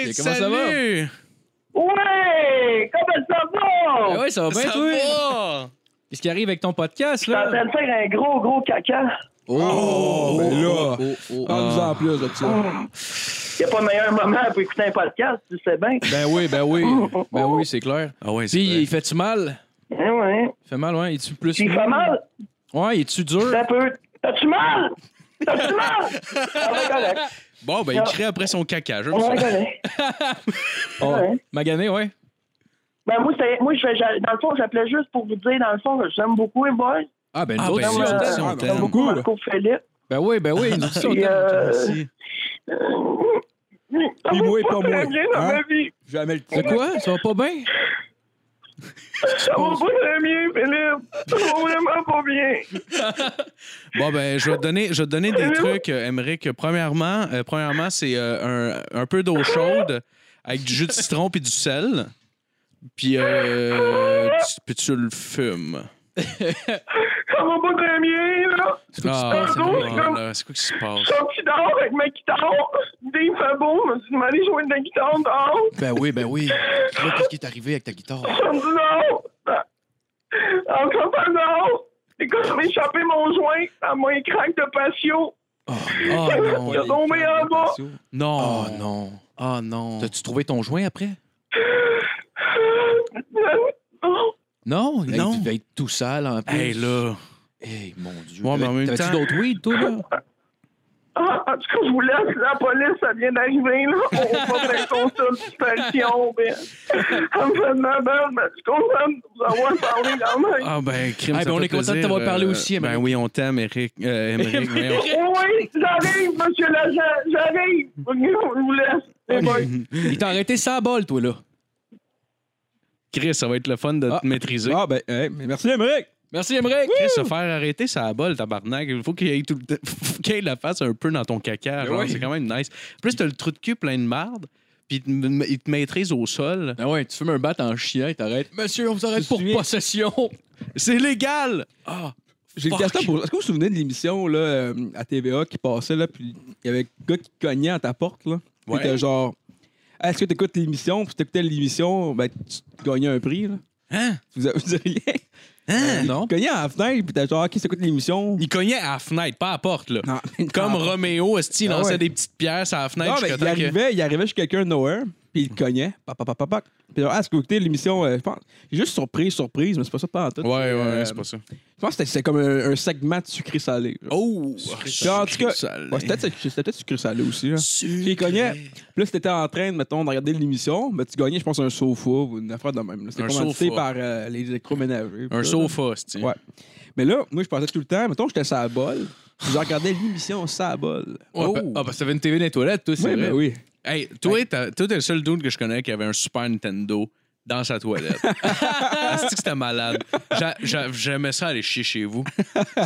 S3: Émeric, comment ça va?
S4: salut!
S1: Ouais, comment ça
S3: Ah
S1: va?
S3: ouais, ça va bien,
S4: Ça
S3: toi?
S4: va?
S3: Qu'est-ce qui arrive avec ton podcast,
S1: Je suis en
S3: là?
S1: train de faire un gros, gros caca.
S5: Oh, ben là.
S3: oh, oh,
S4: Ah,
S5: Parle-nous en plus de ça.
S1: Il n'y a pas meilleur moment pour écouter un podcast, tu sais bien.
S3: Ben oui, ben oui. Ben oui, c'est clair.
S4: Ah ouais, c'est
S3: Puis,
S4: vrai.
S3: il fait-tu mal?
S1: Ouais, ouais.
S3: Il fait mal, ouais. Il tu plus.
S1: Puis il fait mal.
S3: Ouais, il tu dur?
S1: Ça peut. T'as-tu mal? T'as-tu mal? Ça va correct.
S4: Bon, ben, il crie après son caca. j'aime
S1: Ça
S4: ça.
S1: va correct.
S3: Oh,
S1: Ouais.
S3: Magané, ouais.
S1: Ben, moi, c'est- moi je, je- dans le fond, j'appelais juste pour vous dire, dans le fond, je aime beaucoup les boys.
S3: Ah, ben, nous
S4: Ah,
S3: autres
S4: ben,
S3: aussi,
S1: ouais.
S3: on
S1: Ah,
S3: t'aime.
S4: ben,
S5: T'aimes
S4: T'aimes.
S5: beaucoup, là.
S1: Marco Philippe.
S3: Ben oui, ben oui, nous aussi, on
S1: Puis,
S3: t'aime.
S1: euh,
S4: Merci.
S1: Ça va
S5: moi et pas
S1: très
S5: moi.
S1: bien dans
S5: Hein?
S1: ma vie.
S5: Jamais le
S3: C'est quoi? Ça va pas bien?
S1: Ça va pas très bien, Philippe. Ça va vraiment pas bien.
S4: Bon, ben, je vais te donner, je vais te donner des trucs, euh, Émeric. Premièrement, euh, premièrement c'est euh, un, un peu d'eau chaude avec du jus de citron puis du sel. Puis, euh, tu, puis tu le fumes.
S1: Ça va pas très bien, là.
S4: Ah,
S1: c'est drôle,
S4: bon,
S1: comme-
S4: là, c'est quoi qui se passe?
S1: Je suis sorti dehors avec ma guitare. Dès il fait beau, je me suis demandé jouer de la guitare dehors.
S3: Ben oui, ben oui. Là, qu'est-ce qui est arrivé avec ta guitare?
S1: Je me dis non. Encore pas Ah, dehors. Et quand je vais échapper mon joint à mon crack de patio,
S4: Oh non.
S1: il est tombé en bas.
S4: Non.
S3: Oh non.
S4: Oh non.
S3: T'as-tu trouvé ton joint après?
S1: Ah, Oh,
S3: Non,
S4: Non.
S3: Il devait être tout sale en plus.
S4: Hey, là.
S3: Hey, mon Dieu.
S4: Ouais, mais en même
S3: T'avais-tu
S4: temps-
S3: d'autres weed, toi, là?
S1: ah, En tout cas, je vous laisse. La police, ça vient d'arriver. là. On va faire un constat de disparition. mais Ça me fait ben, de la merde, mais je suis content de vous avoir parlé quand même.
S4: Ah, ben, crime,
S3: Ah,
S4: ça
S3: ben, on
S4: fait
S3: est content de
S4: plaisir,
S3: t'avoir parlé
S4: euh,
S3: aussi, Émeric.
S4: Ben oui, on t'aime, Eric. Euh, Émeric, voyons.
S1: Oui, j'arrive, monsieur l'agent. J'arrive. Je vous laisse. Les boys.
S3: Il t'a arrêté sans bol, toi, là.
S4: Chris, ça va être le fun de
S3: Ah.
S4: te maîtriser.
S5: Ah, ben, hey, mais merci, Émeric.
S3: Merci, Émeric.
S4: Chris, se faire arrêter, ça a bol, tabarnak. Il faut qu'il aille tout le temps- faut qu'il aille la face un peu dans ton
S5: Ben
S4: caca. genre,
S3: Oui.
S4: C'est quand même nice. En plus, t'as le trou de cul plein de marde, puis il te m- il te maîtrise au sol.
S5: Ben
S3: Ah ouais, tu fumes un bat en chien, il t'arrête. Monsieur, on vous arrête
S5: Tu te
S3: pour
S5: souviens-
S3: possession.
S4: C'est légal! Ah!
S5: J'ai une
S4: Fuck.
S5: question pour. Est-ce que vous vous souvenez de l'émission là, euh, à TVA qui passait là, puis il y avait un gars qui cognait à ta porte là. Puis
S4: Ouais.
S5: C'était genre, est-ce que t'écoutes l'émission Puis t'écoutais l'émission, ben tu gagnais un prix là.
S4: Hein?
S5: Vous avez vous avez rien. Euh,
S4: Hein?
S3: non.
S5: Tu cognais à la fenêtre, puis t'as genre, ok, t'écoutes l'émission.
S4: Il cognait à la fenêtre, pas à la porte, là.
S5: Non,
S4: Comme
S5: non.
S4: Roméo, esti, il
S5: Ah
S4: lançait
S5: ouais.
S4: des petites pierres à la
S5: Non,
S4: fenêtre
S5: mais
S4: jusqu'à
S5: il
S4: temps que...
S5: arrivait, il arrivait chez quelqu'un de nowhere, puis il te cognait. Pac, pac, pac, pac, pac. Puis genre, ah, est-ce que vous écoutez l'émission euh, Je pense, juste surprise, surprise, mais c'est pas ça pas en tout.
S4: Ouais, ouais,
S5: Euh,
S4: c'est pas ça.
S5: Je pense que c'était- c'était comme un, un segment de sucré salé. genre.
S4: Oh!
S5: Puis en tout cas, ouais, c'était peut-être c'était peut-être sucré salé aussi. Là. Puis il cognait. Puis là, si t'étais en train, mettons, de regarder l'émission, ben, tu gagnais, je pense, un sofa ou une affaire de même. là. C'était
S4: Un
S5: commandité
S4: sofa.
S5: par euh, les électroménagers.
S4: Un
S5: Puis là,
S4: sofa, esti.
S5: Ouais. Mais là, moi, je pensais tout le temps, mettons, j'étais sur la bol. puis Je regardais l'émission sur la bol.
S4: Oh.
S3: Ah, ben- Ah, parce que t'avais une TV dans les toilettes, toi, c'est
S5: Oui,
S3: vrai.
S5: Oh. ben oui.
S4: Hey, toi, t'as- toi, t'es le seul dude que je connais qui avait un Super Nintendo dans sa toilette. cest que c'était malade? J'a- j'a- J'aimais ça aller chier chez vous.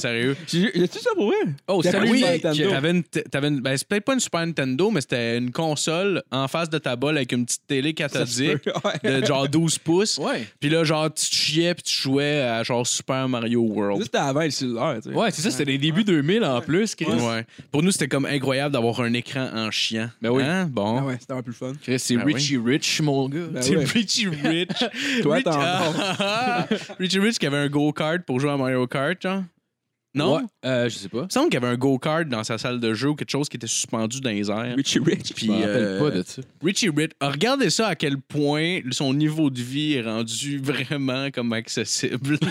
S4: Sérieux?
S5: J'ai- J'ai-tu ça pour vrai?
S3: Oh,
S5: J'ai
S3: salut,
S5: appris
S4: Oui,
S5: le
S3: Mike.
S5: Nintendo.
S4: t'avais une, t- t'avais une- ben, c'est peut-être pas une Super Nintendo, mais c'était une console en face de ta bolle avec une petite télé
S5: Ça se peut,
S4: cathodique
S5: ouais.
S4: de genre 12 pouces.
S3: Ouais.
S4: Puis là, genre, tu te chiais puis tu jouais à genre Super Mario
S5: Ça,
S4: World.
S5: C'était avant le cellulaire, tu sais.
S3: Ouais, c'est ça, c'était les débuts 2000 en plus. Chris.
S4: Ouais. Pour nous, c'était comme incroyable d'avoir un écran en chien.
S3: Ben oui.
S4: Hein?
S5: Ah
S4: Bon.
S5: ouais, c'était un peu le fun.
S3: Chris, c'est
S4: Ben oui.
S3: Richie Rich, mon gars.
S5: Ben
S4: C'est
S5: ouais.
S4: Richie Rich.
S5: Toi,
S4: Rich-
S5: t'en
S4: Ah! Richie Rich qui avait un go-kart pour jouer à Mario Kart, genre. Non?
S3: Ouais, euh, je sais pas.
S4: Il me semble qu'il y avait un go-kart dans sa salle de jeu ou quelque chose qui était suspendu dans les airs.
S5: Richie Rich.
S4: Puis,
S3: Je me rappelle
S4: euh,
S3: pas de ça.
S4: Richie Rich, ah, regardez ça à quel point son niveau de vie est rendu vraiment comme accessible. tu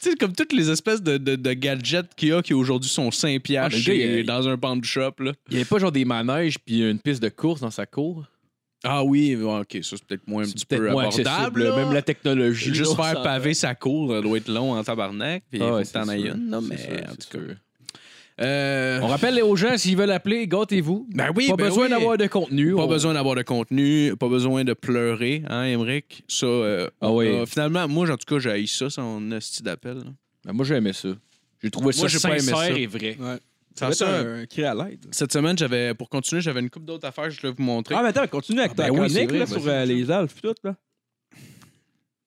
S4: sais, comme toutes les espèces de, de- de gadgets qu'il y a qui aujourd'hui sont 5
S3: Ah,
S4: piastres
S3: mais le gars,
S4: chez-
S3: il-
S4: dans un pan shop. Là.
S3: Il y avait pas genre des manèges puis une piste de course dans sa cour.
S4: Ah oui, ouais, ok, ça c'est peut-être moins un petit
S3: C'est peut-être
S4: peu
S3: moins
S4: abordable.
S3: accessible.
S4: là.
S3: Même la technologie.
S4: Juste
S3: là, on
S4: faire
S3: s'en-
S4: paver sa cour, ça doit être long en tabarnak. Puis il
S3: Ah ouais,
S4: faut que
S3: c'est
S4: t'en ailles
S3: sûr.
S4: une, là,
S3: C'est
S4: mais
S3: sûr,
S4: en
S3: c'est
S4: tout cas.
S3: sûr.
S4: Euh,
S3: On rappelle aux gens, s'ils veulent appeler, gâtez-vous.
S4: Ben oui,
S3: pas
S4: ben
S3: besoin
S4: oui.
S3: d'avoir de contenu.
S4: Pas
S3: On-
S4: besoin d'avoir de contenu, pas besoin de pleurer, hein, Emmerich? Ça, euh,
S3: Ah
S4: on
S3: oui.
S4: a- finalement, moi, en tout cas, j'ai ça, son hostie d'appel. là.
S3: Ben, moi, j'ai aimé ça. J'ai trouvé ça
S4: Moi, j'ai pas aimé
S3: sincère
S4: ça.
S3: et vrai.
S5: Ouais.
S4: Ça,
S5: Ça
S4: ça,
S5: va être un cri à l'aide.
S4: Cette semaine, j'avais, pour continuer, j'avais une coupe d'autres affaires, que je vais vous montrer.
S5: Ah, mais attends, continue avec
S3: Ah,
S5: ta
S3: ben oui, c'est
S5: chronique
S3: vrai,
S5: là,
S3: vas-y.
S5: sur euh, les elfes et tout. Là.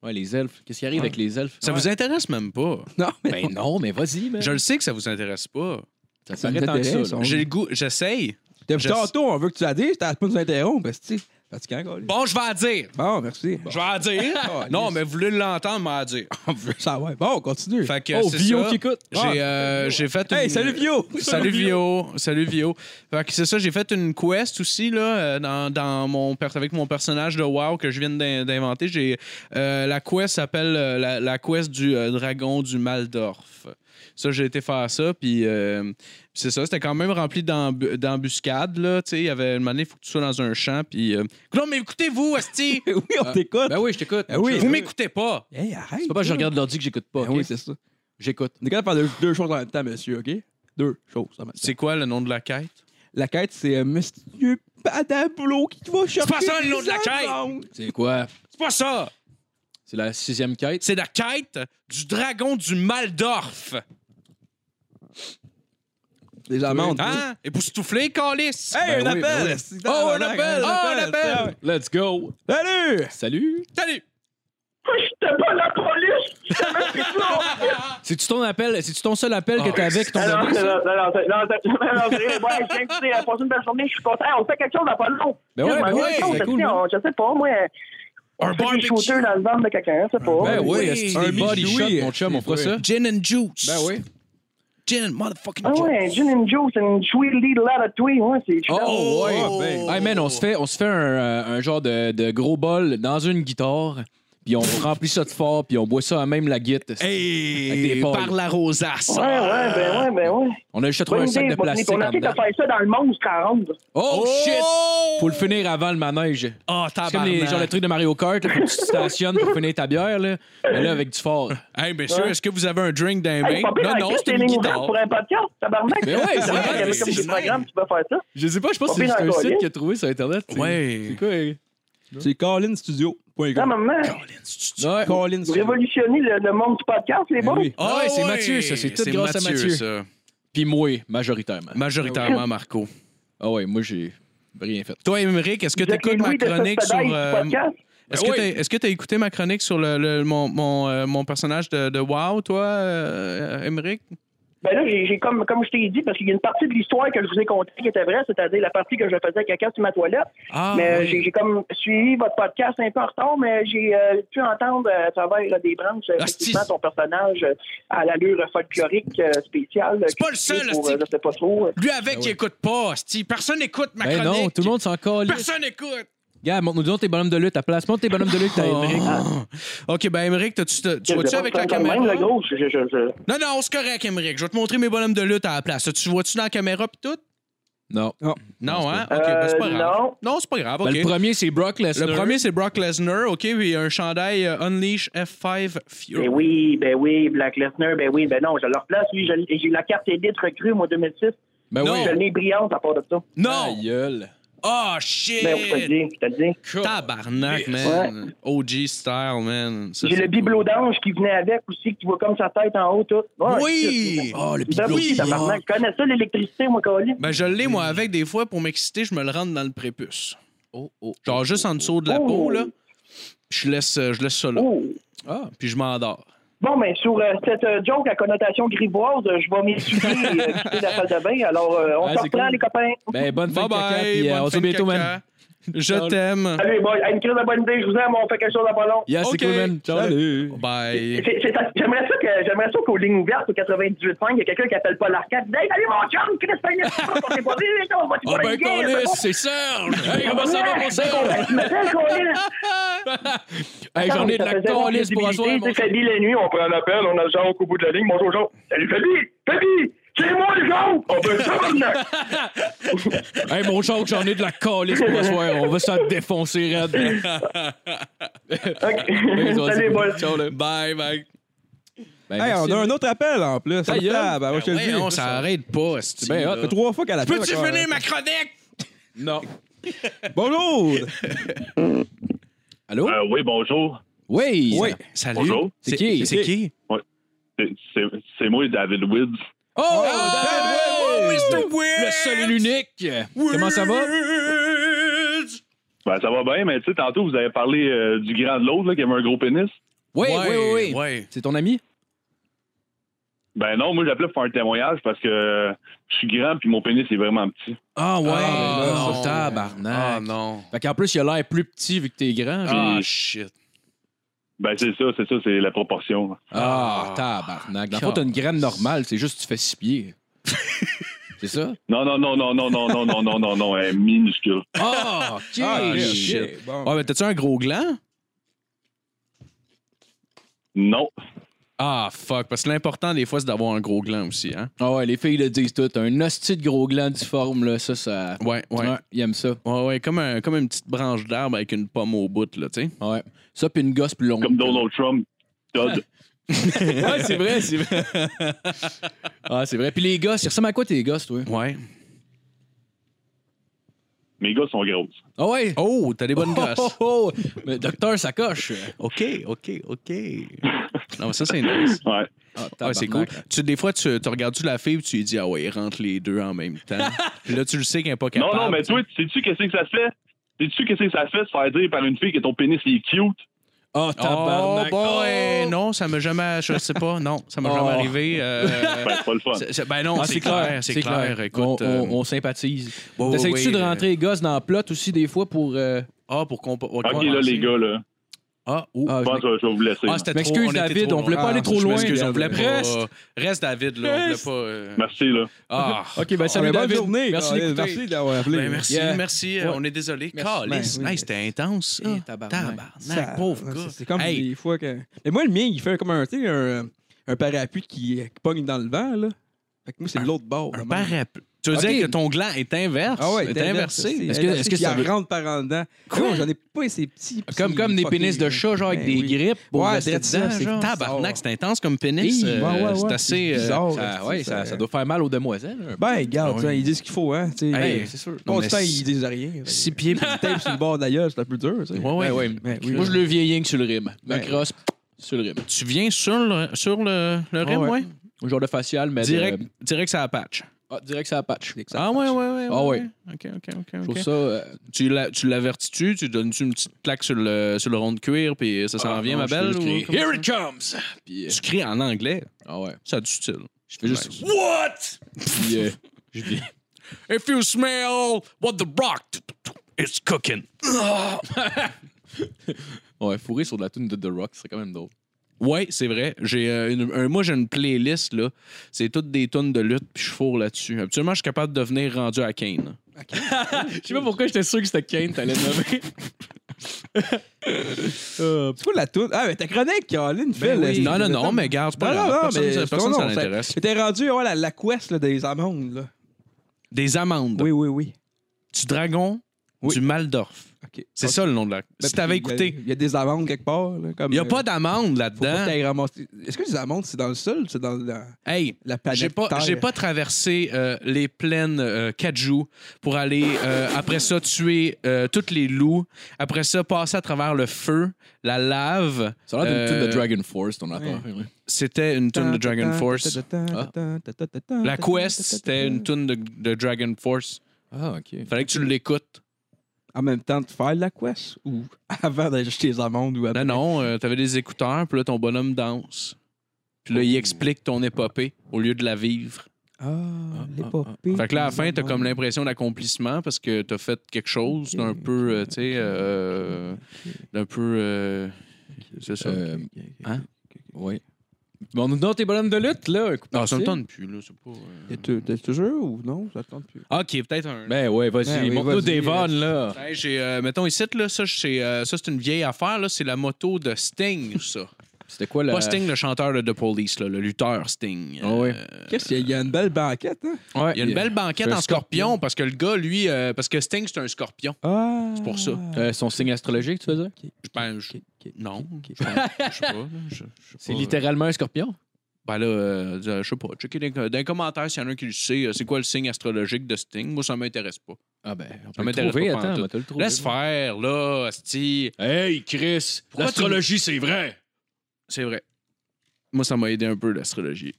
S3: Ouais, les elfes. Qu'est-ce qui arrive
S5: Ouais.
S3: avec les elfes?
S4: ça vous intéresse même pas.
S5: Non, mais
S3: Ben non, mais Ah vas-y, man.
S4: Je le sais que ça vous intéresse pas.
S3: Ça
S5: Ça
S3: paraît
S5: nous
S3: tant que ça.
S5: intéresse,
S3: là.
S5: on-
S4: J'ai le goût, j'essaye.
S5: Depuis
S4: Je-
S5: tantôt, on veut que tu la dises, t'as pas de nous interrompre, parce que, tu sais, fatigant, gars.
S4: Bon, je vais la dire.
S5: Bon, merci.
S4: Je vais la
S5: Ah,
S4: dire. non,
S5: yes.
S4: mais vous voulez l'entendre, mais la dire.
S5: Ça, ouais. Bon, on continue.
S4: Fait que
S5: oh,
S4: c'est
S5: Vio
S4: ça.
S5: qui écoute. Ah.
S4: J'ai euh, j'ai fait
S5: Hey,
S4: une-
S5: salut Vio!
S4: Salut Vio, salut Vio. Fait que c'est ça, j'ai fait une quest aussi là euh, dans, dans mon per- avec mon personnage de WoW que je viens d'in- d'inventer. J'ai euh, la quest s'appelle euh, la, la quest du euh, dragon du Maldorf. Ça j'ai été faire ça puis euh, puis c'est ça, c'était quand même rempli d'embu- d'embuscades là, tu sais, il y avait une manière faut que tu sois dans un champ puis euh, Non mais écoutez-vous, esti,
S5: oui, on t'écoute.
S3: Ben oui, je t'écoute.
S5: Ben oui.
S4: vous m'écoutez pas.
S5: hey, arrête.
S3: C'est pas parce que je
S5: là.
S3: regarde l'ordi que j'écoute pas.
S5: Ben
S3: ok?
S5: oui, c'est ça.
S3: J'écoute.
S5: On est capable de faire deux, deux choses en même temps, monsieur, OK? Deux choses en même temps.
S4: C'est quoi le nom de la quête
S5: La quête, c'est euh, Monsieur Padablo qui va chercher.
S4: pas ça, le nom de la quête!
S5: quête!
S3: C'est quoi?
S4: C'est pas ça.
S3: C'est la sixième quête?
S4: C'est la quête du dragon du Maldorf.
S5: Les amandes.
S4: Hein? Et pour souffler, calice!
S5: Hey,
S3: Ben
S5: un
S3: oui, ben
S5: appel!
S3: oui.
S5: Oh, un
S4: appel!
S5: appel!
S4: Oh, un appel!
S3: Let's go!
S5: Salut!
S3: Salut!
S4: Salut!
S1: J'étais Ah, pas la police.
S3: C'est-tu ton appel? C'est-tu ton seul appel
S4: Ah.
S3: que t'avais que ton
S1: Alors,
S3: ami, ça?
S1: alors, alors, alors, alors, ouais, j'ai écouté, euh, passez une belle journée, je suis content. On fait quelque chose à pas long.
S3: Ben ouais, ben ouais, c'est cool.
S1: on, je sais pas, moi. On
S4: Un
S1: fait des
S4: barbecue.
S1: shooters dans le ventre de quelqu'un, je sais
S3: Ben
S1: pas.
S5: Ben
S3: oui,
S5: oui,
S3: est-ce
S5: un
S3: que des body
S5: bijou,
S3: shot,
S5: oui,
S3: mon chum, on fera
S5: c'est
S3: ça?
S4: Gin and juice!
S3: Ben oui.
S4: Gin and motherfucking
S1: Ah
S4: juice!
S1: ouais, Gin and Juice and Sweetie Latatouille, ouais, c'est
S3: Oh, ouais.
S4: ben.
S3: Hey man, on se fait, on se fait un, euh, un genre de, de gros bol dans une guitare, puis on remplit ça de fort, puis on boit ça à même la guite. Avec des
S4: Hey!
S3: poils.
S4: Par la rosace!
S1: Ouais, ouais, ben ouais, ben ouais.
S3: On a juste trouvé
S1: Bonne
S3: un sac
S1: idée,
S3: de
S1: Botanique.
S3: plastique en
S1: On a essayé de
S3: dedans.
S1: faire ça dans le monstre à ronde.
S3: Oh, shit! Faut le
S4: faire.
S3: finir avant le manège.
S4: Oh,
S3: C'est comme
S4: tabarnak!
S3: les, genre le truc de Mario Kart, là, faut que tu te stationnes pour finir ta bière, là. Mais là, avec du fort.
S4: Hey, monsieur, est-ce que vous avez un drink dans
S1: Hey,
S4: les
S1: c'est pas
S4: mains?
S1: pire,
S4: Non,
S1: hein,
S4: non,
S1: Chris,
S4: c'est
S1: t'es
S4: une
S1: ligne
S4: guitare.
S1: ouverte pour un podcast, tabarnak.
S3: Mais Ben ouais, c'est vrai,
S1: c'est vrai.
S3: c'est
S1: comme des
S4: vrai.
S1: programmes, tu peux faire ça.
S3: Je sais pas, je pense
S1: que c'est juste un site
S3: qu'il a trouvé sur Internet.
S4: Ouais.
S3: quoi? hein?
S5: C'est
S1: Non,
S5: CarlinStudio.com.
S1: maman,
S3: Ouais.
S5: Colin
S1: vous
S5: Studio.
S1: révolutionnez le, le monde du podcast, les
S5: Ben
S1: bons.
S5: oui.
S3: Ah ouais, c'est Mathieu, ça, c'est tout grâce à Mathieu.
S4: ça.
S3: Puis moi, majoritairement.
S4: Majoritairement, Marco.
S3: Ah ouais, moi, j'ai rien fait.
S4: Toi, Émeric, est-ce que
S1: Vous
S4: tu
S1: êtes les
S4: écoutes ma
S1: Louis de
S4: chronique sur.
S1: Sospedaille du
S4: euh,
S1: podcast.
S4: Est-ce
S3: Ben
S4: que
S3: oui.
S4: t'as- est-ce que tu as écouté ma chronique sur le, le- mon, mon, euh, mon personnage de, de WoW, toi, euh, Émeric?
S1: Ben là, j'ai j'ai comme, comme je t'ai dit, parce qu'il y a une partie de l'histoire que je vous ai contée qui était vraie, c'est-à-dire la partie que je faisais caca sur ma toilette.
S4: Ah,
S1: mais
S4: oui.
S1: j'ai j'ai comme suivi votre podcast un peu en retard, mais j'ai euh, pu entendre euh, à travers là, des branches, euh,
S4: Ah,
S1: effectivement,
S4: c'est-
S1: ton personnage euh, à l'allure folklorique euh, spéciale.
S4: C'est pas le seul,
S1: pour,
S4: c'est-
S1: euh, Je sais pas trop. euh,
S4: Lui avec, il écoute pas, hostie. Personne n'écoute ma
S3: Ah Ben
S4: chronique.
S3: non, tout le monde s'en calisse.
S4: Personne n'écoute.
S3: Gars, montre-nous donc tes bonhommes de lutte à place. Montre tes bonhommes de lutte à Émeric.
S4: OK, ben, Émeric, t'as-tu- t'as- tu
S1: Ah. je
S4: vois-tu
S1: vais
S4: avec
S1: pas
S4: la
S1: faire
S4: caméra?
S1: Même, le gros, je, je, je- je-
S4: Non, non, c'est correct, Émeric. Je vais te montrer mes bonhommes de lutte à la place. Tu vois-tu dans la caméra pis tout?
S3: Non.
S4: Non, hein? OK,
S1: Euh,
S4: ben, c'est pas grave.
S1: non.
S4: Non, c'est pas grave, OK.
S3: Ben, le premier, c'est Brock Lesnar.
S4: Le premier, c'est Brock Lesnar, OK? Puis un chandail euh, Unleash F5 Fury.
S1: Ben oui, ben oui, Black Lesnar, ben oui, ben non, je le replace, lui, je l'ai- j'ai eu la carte élite recrue, moi, 2006.
S3: Ben
S4: Non.
S3: oui.
S1: Je l'ai brillante à part de ça.
S3: Ta
S4: Non!
S3: gueule.
S4: Oh,
S1: Ben, je te le
S4: shit!
S1: dis, je te le dis.
S4: Tabarnak, man. OG style, man. Ça,
S1: J'ai
S4: c'est
S1: le bibelot
S4: cool.
S1: d'ange qui venait avec aussi, qui voit comme sa tête en haut, tout. Ouais,
S4: Oui!
S3: Oh, le
S1: Ça,
S3: bibelot.
S1: Ben oui, tabarnak. Je connais ça, l'électricité, moi, Colin.
S4: Ben, je l'ai, moi, avec des fois, pour m'exciter, je me le rentre dans le prépuce. Genre juste en dessous de la
S1: Oh.
S4: peau, là. Je laisse, euh, je laisse ça là.
S1: Oh.
S3: Ah.
S4: Puis je m'endors.
S1: Bon, ben, sur euh, cette euh, joke à connotation grivoise, euh, je vais m'essuyer et euh, quitter la salle de bain. Alors, euh, on
S3: Ah,
S1: se
S3: c'est
S1: reprend,
S3: cool.
S1: les copains.
S3: Ben, bonne fin
S4: Bye
S3: de caca,
S4: bye.
S3: puis, euh,
S4: bonne
S3: on se
S4: fin
S3: dit
S4: de
S3: bientôt, man.
S4: caca. Je t'aime.
S1: Salut, boy. Hey, Une crise de bonne idée. Je vous aime. On fait quelque chose à pas long.
S3: Yeah, c'est
S4: Ok.
S3: cool, man. Ciao.
S5: Salut.
S4: Bye.
S1: C'est- c'est- J'aimerais ça que j'aimerais ça qu'aux lignes ouvertes au 98.5, il y a quelqu'un qui appelle pas l'arcade. Hey, salut mon chum, Chris Payne, on s'est pas vu, on va
S3: Oh, ben,
S1: on
S3: calisse, c'est Serge. Hey, comment ça va, mon Serge? Hey, j'en ai de la calisse pour asseoir, mon Serge.
S1: Fabi la nuit, on prend l'appel, on a Jean au bout de la ligne. Bonjour Jean. Salut Fabi, Fabi, c'est moi Jean. On veut ça maintenant.
S3: Hey, mon Serge, j'en ai de la calisse pour asseoir. On va se faire défoncer, Red.
S1: Ok. Salut boy.
S3: Ciao, là.
S4: Bye, bye.
S3: Ben,
S5: Hey, on
S3: merci.
S5: a un autre appel en plus.
S3: Ta gueule.
S5: Ah, ben, ouais,
S4: Ben
S5: je te le
S4: ouais,
S5: dis.
S4: on s'arrête pas. c'est-tu,
S3: Ben,
S4: là.
S3: hop,
S5: Ça fait trois fois qu'elle appelle.
S4: Peux-tu
S5: encore.
S4: finir ma chronique?
S3: Non.
S5: Bonjour!
S3: Allô?
S7: Euh, oui, bonjour.
S3: Oui.
S5: Oui.
S4: Salut.
S7: Bonjour.
S3: C'est qui?
S4: C'est qui?
S7: C'est- C'est c'est moi, David Woods.
S3: Oh,
S4: Oh,
S3: David!
S4: Mr. Weird!
S3: Le seul et l'unique. Comment ça va?
S7: Ben, ça va bien, mais tu sais, tantôt, vous avez parlé euh, du grand de l'autre, là, qui avait un gros pénis.
S3: Oui, oui, oui. oui.
S4: Ouais.
S3: C'est ton ami?
S7: Ben non, moi, j'appelais pour faire un témoignage parce que euh, je suis grand puis mon pénis est vraiment petit.
S3: Ah ouais,
S4: Ah,
S3: ben là,
S4: non.
S3: tabarnak.
S4: Ah non.
S3: Fait qu'en plus, il a l'air plus petit vu que t'es grand. j'ai-
S4: Ah shit.
S7: Ben c'est ça, c'est ça, c'est la proportion.
S3: Ah,
S4: Ah.
S3: tabarnak. Dans le fond, t'as une graine normale, c'est juste que tu fais six pieds. c'est ça?
S7: Non, non, non, non, non, non, non, non, non, non, non, elle est minuscule.
S3: Ah, Ben, ok.
S5: Ah,
S4: shit.
S5: shit. Bon.
S4: Ah, mais t'as-tu un gros gland?
S7: Non.
S4: Ah, fuck. Parce que l'important, des fois, c'est d'avoir un gros gland aussi, hein?
S3: Ah ouais, les filles le disent tout. Un hostie de gros gland difforme, là, ça, ça.
S4: Ouais, ouais. Ouais,
S3: ils aiment ça.
S4: ouais, comme, un, comme une petite branche d'arbre avec une pomme au bout, là, tu sais.
S3: Ouais. Ça, puis une gosse plus longue.
S7: Comme Donald Trump. Todd.
S3: ouais, c'est vrai, c'est vrai. ah, c'est vrai. Puis les gosses, ils ressemblent à quoi tes gosses, toi?
S4: Ouais.
S7: Mes gars sont grosses.
S3: Ah ouais?
S4: Oh, t'as des bonnes
S3: Oh,
S4: gosses.
S3: oh, oh. Mais docteur, ça coche.
S4: OK, OK, OK. non, mais ça, c'est nice.
S7: Ouais.
S3: Ah,
S4: Ah, c'est cool.
S3: tabarnak.
S4: Tu, des fois, tu, tu regardes-tu la fille et tu lui dis, ah ouais, il rentre les deux en même temps. Puis là, tu le sais qu'elle n'est pas capable.
S7: Non, non, mais
S4: tu sais.
S7: toi, sais-tu qu'est-ce que ça se fait? Sais-tu qu'est-ce que ça se fait de se faire dire par une fille que ton pénis est cute?
S3: Ah,
S4: Oh
S3: tabarnak.
S4: boy! Non, ça m'a jamais. Je sais pas. Non, ça m'a
S3: Oh.
S4: jamais arrivé. euh,
S7: Ben, c'est pas le fun.
S4: c'est- c'est- ben non,
S3: Ah,
S4: c'est clair, c'est clair.
S3: On,
S4: Écoute.
S3: on-
S4: euh,
S3: on sympathise.
S4: ouais, ouais,
S3: T'essayes-tu
S4: ouais,
S3: de
S4: euh,
S3: rentrer les gosses dans la plot aussi des fois pour. euh,
S4: Ah, pour qu'on. Ok,
S7: Ok, là, les gars, là.
S4: Ah, ouh.
S3: Ah,
S7: Je pense que je vais vous laisser.
S4: Ah, c'était trop.
S3: M'excuse,
S4: on était
S3: David,
S4: trop
S3: on voulait pas
S4: loin. Ah,
S3: aller trop
S4: Je
S3: loin,
S4: m'excuse, on voulait
S3: David.
S4: pas.
S3: Reste.
S4: euh, Reste, David, là. On voulait
S3: Reste.
S4: pas. euh,
S7: Merci, là.
S4: Ah.
S3: Ok, ben
S5: Ah,
S3: salut
S5: mais bonne
S3: David.
S5: journée.
S3: Merci
S5: Ah,
S3: d'écouter.
S5: Merci d'avoir appelé.
S4: Ben, merci,
S3: Yeah.
S4: merci. euh,
S3: Ouais.
S4: On est désolé.
S3: Merci.
S4: Calice.
S5: Ben, oui.
S4: Hey, c'était intense. ça.
S3: Eh, tabarnak.
S5: Ça-
S4: Tabarnak, pauvre gars.
S5: c'est- C'est comme
S4: Hey.
S5: des fois que. Mais moi, le mien, il fait comme un, tu sais, un, un parapluie qui, qui pogne dans le vent, là. Fait que moi, c'est de l'autre bord.
S4: Un
S5: vraiment.
S4: parapluie. Tu veux
S3: Ok.
S4: dire que ton gland est inverse?
S5: Ah ouais,
S4: est
S5: t'as-
S4: inversé.
S3: Est-ce
S5: Est-ce
S3: que-
S5: que,
S3: est-ce que
S5: que
S3: ça
S5: ça
S3: veut-
S5: rentre par en dedans?
S3: Quoi?
S5: Non, j'en ai pas ces petits.
S3: Comme,
S5: petits
S3: comme des
S5: fucking-
S3: pénis de chat, genre avec
S5: Ben
S3: des
S5: oui.
S3: grippes. pour
S5: Ouais,
S3: rester
S5: c'est ça,
S3: dedans,
S5: c'est
S3: genre.
S4: Tabarnak,
S5: bizarre.
S4: c'est intense comme pénis.
S5: Hi,
S4: euh,
S5: ouais, ouais, ouais,
S4: c'est assez.
S5: c'est
S4: euh,
S5: bizarre.
S3: Ça,
S5: c'est
S3: ouais,
S5: ça.
S3: ça, ça doit faire mal aux demoiselles. un peu.
S5: Ben, regarde,
S4: Ah
S5: tu sais,
S4: oui.
S5: ils disent ce qu'il faut, hein. tu sais.
S4: Hey,
S5: Ben,
S3: c'est sûr.
S5: Pas
S4: mais
S5: le temps,
S4: c'est-
S5: ils disent rien.
S4: Six pieds.
S5: Ils tapent sur le bord d'ailleurs, c'est un peu dur, tu sais.
S4: Ouais, ouais.
S3: Ben ouais,
S5: Ben oui.
S3: Moi, je le vieillis que sur le rim. Ma
S5: Ben.
S3: crosse, sur le rim.
S4: Tu viens sur le, sur le, le rim,
S5: ouais.
S4: ouais?
S3: Un genre de facial, mais. de-
S4: Direct, direct ça patch.
S3: Ah, direct, ça patch.
S4: Ah, ouais, ouais, ouais.
S3: Ah, ouais.
S4: OK, OK, OK.
S3: Je
S4: ok.
S3: trouve ça. euh,
S4: Tu la- tu l'avertis-tu? Tu donnes-tu une petite plaque sur le, sur le rond de cuir, puis ça s'en
S3: ah,
S4: vient,
S3: non,
S4: ma
S3: je fais
S4: belle?
S3: juste
S4: ou
S3: crier,
S4: comment
S3: Here
S4: ça?
S3: it comes! Puis, euh,
S4: Tu cries en anglais.
S3: ah ouais.
S4: Ça a du style.
S3: Je fais juste.
S4: What?
S3: Puis, euh, je viens.
S4: If you smell what the rock, it's cooking. Ah.
S3: Ouais, fourré sur de la tune de The Rock, c'est quand même drôle.
S4: Ouais, c'est vrai. J'ai euh, une- un- moi j'ai une playlist là, c'est toutes des tonnes de lutte puis je fourre là-dessus. Habituellement, je suis capable de devenir rendu à Kane.
S3: Je sais pas pourquoi j'étais sûr que c'était Kane, t'allais nommer.
S5: C'est quoi la toute? Ah, mais ta chronique, Caroline, fait
S4: Euh, Ben oui. Non, non, non, mais garde, c'est pas grave. Personne- personne, ça l'intéresse.
S5: T'es rendu ouais, la, la quest là, des amandes, là.
S4: Des amandes,
S5: Oui, oui, oui.
S4: du dragon,
S5: Oui.
S4: du Maldorf.
S5: OK.
S4: C'est ça le nom de la.
S5: Ben,
S4: si t'avais
S5: puis, ben,
S4: écouté,
S5: Il y a des amandes quelque part, là. Comme,
S4: il y a
S5: euh,
S4: pas d'amande
S5: faut pas que
S4: là-dedans.
S5: t'ailles ramasser- Est-ce que les amandes, c'est dans le sol? C'est dans la,
S4: Hey,
S5: la planète
S4: j'ai pas,
S5: Terre?
S4: j'ai pas traversé euh, les plaines euh, Kajou pour aller euh, après ça tuer euh, tous les loups, après ça passer à travers le feu, la lave.
S3: Ça a l'air d'une
S4: Euh,
S3: tune de Dragon Force, ton affaire. ouais.
S4: C'était une tune de Dragon Force.
S5: Ah.
S4: La Quest, c'était une tune de, de Dragon Force.
S3: Ah, ok.
S4: Fallait que tu l'écoutes.
S5: En même temps de faire la Quest ou avant d'acheter les amandes ou
S4: Non,
S5: après?
S4: non, euh, t'avais des écouteurs, puis là, ton bonhomme danse. Puis là, il explique ton épopée au lieu de la vivre.
S5: Ah, l'épopée.
S4: Fait que là, à la
S5: des
S4: fin, t'as
S5: amandes.
S4: comme l'impression d'accomplissement parce que t'as fait quelque chose d'un peu, euh, tu sais, euh, d'un peu. euh, c'est ça.
S3: Euh,
S4: Hein?
S3: Oui. Bon, nous donnons tes bonhommes de lutte, là. écoute,
S4: Non, Ah, ça me
S3: merci.
S4: tente plus, là. C'est pas. euh.
S5: Et tu- T'es toujours ou non? Ça te tente plus.
S4: Ah, Ok, peut-être un.
S3: Ben ouais,
S5: Ben
S3: vas-y,
S5: oui,
S3: montre-nous
S5: vas-y.
S3: des vannes, là.
S4: Hey, j'ai, euh, mettons ici, là, ça, c'est, euh, ça, c'est une vieille affaire. Là, c'est la moto de Sting, ça.
S3: C'était quoi la.
S4: Pas Sting, le chanteur de The Police, là, le lutteur Sting.
S3: Ah ouais.
S4: Euh,
S5: Qu'est-ce qu'il y a? Il y a une belle banquette, hein?
S3: Ouais,
S4: il y a une belle banquette
S3: un
S4: en scorpion, parce que le gars, lui, euh, parce que Sting, c'est un scorpion.
S5: Ah!
S4: C'est pour ça.
S3: Euh, son signe astrologique, tu veux dire?
S4: Je pense. je- Non.
S5: ok.
S4: Je pense- je sais pas. là, je- je sais
S3: C'est
S4: pas. euh,
S3: littéralement un scorpion?
S4: Ben là, euh, je sais pas. Checkez dans, dans les commentaires s'il y en a un qui le sait. euh, C'est quoi le signe astrologique de Sting? Moi, ça m'intéresse pas.
S3: Ah ben, on
S4: Ça
S3: peut le
S4: m'intéresse
S3: trouver,
S4: pas pantoute.
S3: attends, on va te le trouver.
S4: Laisse faire, là, Asti.
S3: Hey, Chris,
S4: Pourquoi
S3: l'astrologie, c'est vrai!
S4: C'est vrai. Moi, ça m'a aidé un peu, l'astrologie.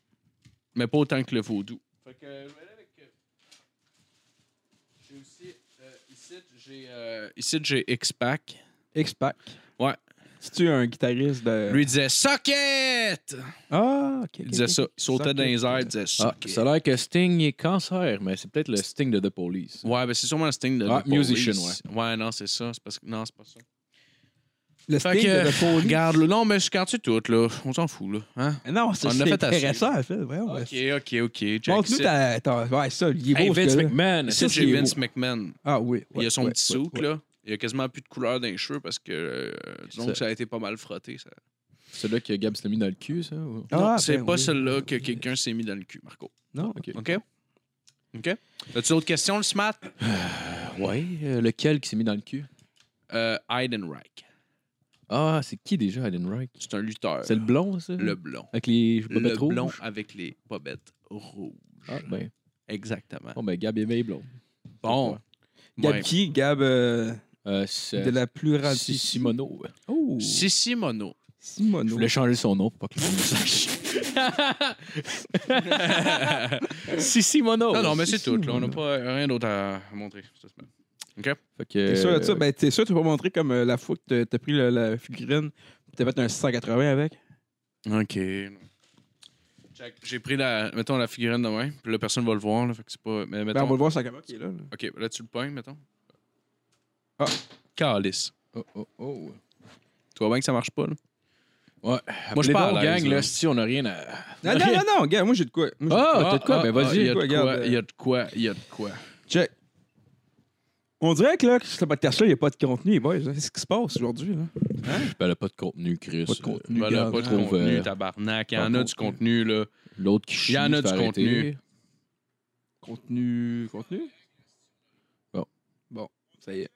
S4: Mais pas autant que le vaudou. Fait que, euh, je vais aller avec, euh, J'ai aussi. euh, ici, j'ai. euh, ici, j'ai X-Pac.
S5: X-Pac.
S4: Ouais.
S5: C'est-tu un guitariste de.
S4: Lui disait Socket!
S5: Ah, ok.
S4: Il disait ça. Il sautait dans les airs, il disait
S3: Ah,
S4: Socket.
S3: Ça a l'air que Sting est cancer, mais c'est peut-être le Sting de The Police.
S4: Ouais, ben c'est sûrement le Sting de
S3: Ah,
S4: The Police.
S3: musician,
S4: Ouais, non, c'est ça. C'est parce que... Non, c'est pas ça.
S5: Le
S4: Fait
S5: Sting
S4: que-
S5: de The Police.
S4: Regarde, là, non, mais je tu tout, là. On s'en fout, là. Hein?
S5: Non, c'est
S4: On
S5: c'est
S4: a fait assez.
S5: intéressant, en fait. Vraiment.
S4: Ok, ok, ok. Check
S5: Ah, Montre-nous
S4: ça.
S5: ta, ta- Ouais, ça, il est beau.
S4: Hey,
S5: ce
S4: Vince
S5: gars-là.
S3: McMahon!
S4: Ça,
S5: ça,
S4: c'est
S5: c'est
S4: Vince McMahon.
S5: Ah oui.
S4: il a son petit
S5: souk
S4: souk, là. Il a quasiment plus de couleur dans les cheveux parce que, euh, disons
S3: Ça-
S4: que ça a été pas mal frotté. ça.
S3: C'est là que Gab se l'a mis dans le cul, ça? ou-
S5: Ah,
S4: non,
S5: ben
S4: c'est pas
S5: oui.
S4: celle-là que quelqu'un s'est mis dans le cul, Marco.
S5: Non.
S3: Ok.
S4: OK? OK? As-tu d'autres questions, le smart?
S3: Ouais, euh, lequel qui s'est mis dans le cul?
S4: Euh, Heidenreich.
S3: Ah, c'est qui déjà, Allen Reich?
S4: C'est un lutteur.
S3: C'est le blond, ça?
S4: Le blond.
S3: Avec les
S4: Le
S3: bobettes rouges?
S4: blond avec les bobettes rouges.
S3: Ah, ben,
S4: Exactement.
S3: bon, ben Gab est bien blond.
S4: Bon.
S5: Gab
S4: Ouais.
S5: qui Gab euh,
S3: Euh, c'est-
S5: de la plus rapide.
S3: Si- Simono.
S5: Oh.
S4: Sissi Mono.
S3: Je
S5: Simono.
S3: voulais changer son nom pour pas que le monde sache. Sissi Oh, Mono.
S4: non, non, mais c'est tout. Là. On n'a pas euh, rien d'autre à montrer cette semaine.
S3: Fait que- euh,
S5: T'es sûr de
S4: euh,
S5: ça? Ben, t'es sûr que tu vas montrer comme euh, la fois que t'as- t'as pris le- la figurine pis t'as fait un 680 avec? Ben,
S4: OK. Check. J'ai pris la, mettons, la figurine demain. Puis là, personne va le voir. Là, fait que c'est pas. Mais
S5: Ben,
S4: mettons.
S5: on va le voir sur la caméra qui est là. là.
S4: OK, là, tu le pognes, mettons.
S5: Ah.
S4: Calice.
S3: Oh, oh, oh.
S4: Tu vois bien que ça marche pas, là.
S3: Ouais.
S4: Moi, je suis pas
S3: Appelez-moi
S4: à
S3: au
S4: l'aise,
S3: gang,
S4: là.
S3: là, si on a rien à.
S4: Ah,
S5: Non, non, non, non, gars, moi j'ai de quoi. Moi, j'ai de
S3: Ah,
S5: quoi.
S3: t'as de quoi? Ben, vas-y.
S4: Il y a de
S5: Regarde,
S4: quoi,
S5: euh,
S4: il y a de quoi, il y a de quoi.
S5: Check. On dirait que là, que ce podcast-là, il n'y a pas de contenu, les boys. là. Qu'est-ce qui se passe aujourd'hui? là?
S3: Ben, là, pas de contenu, Chris.
S5: Pas de contenu.
S4: Ben là,
S5: gars,
S4: pas de
S5: je
S3: trouve,
S4: contenu,
S3: euh,
S4: tabarnak. Il y
S3: pas
S4: en
S3: de
S4: a du contenu, là.
S3: Euh, L'autre qui
S4: Il
S3: chie.
S4: y en a du
S3: se fait arrêter.
S4: contenu.
S5: Contenu. Contenu?
S3: Bon.
S5: Bon, ça y est.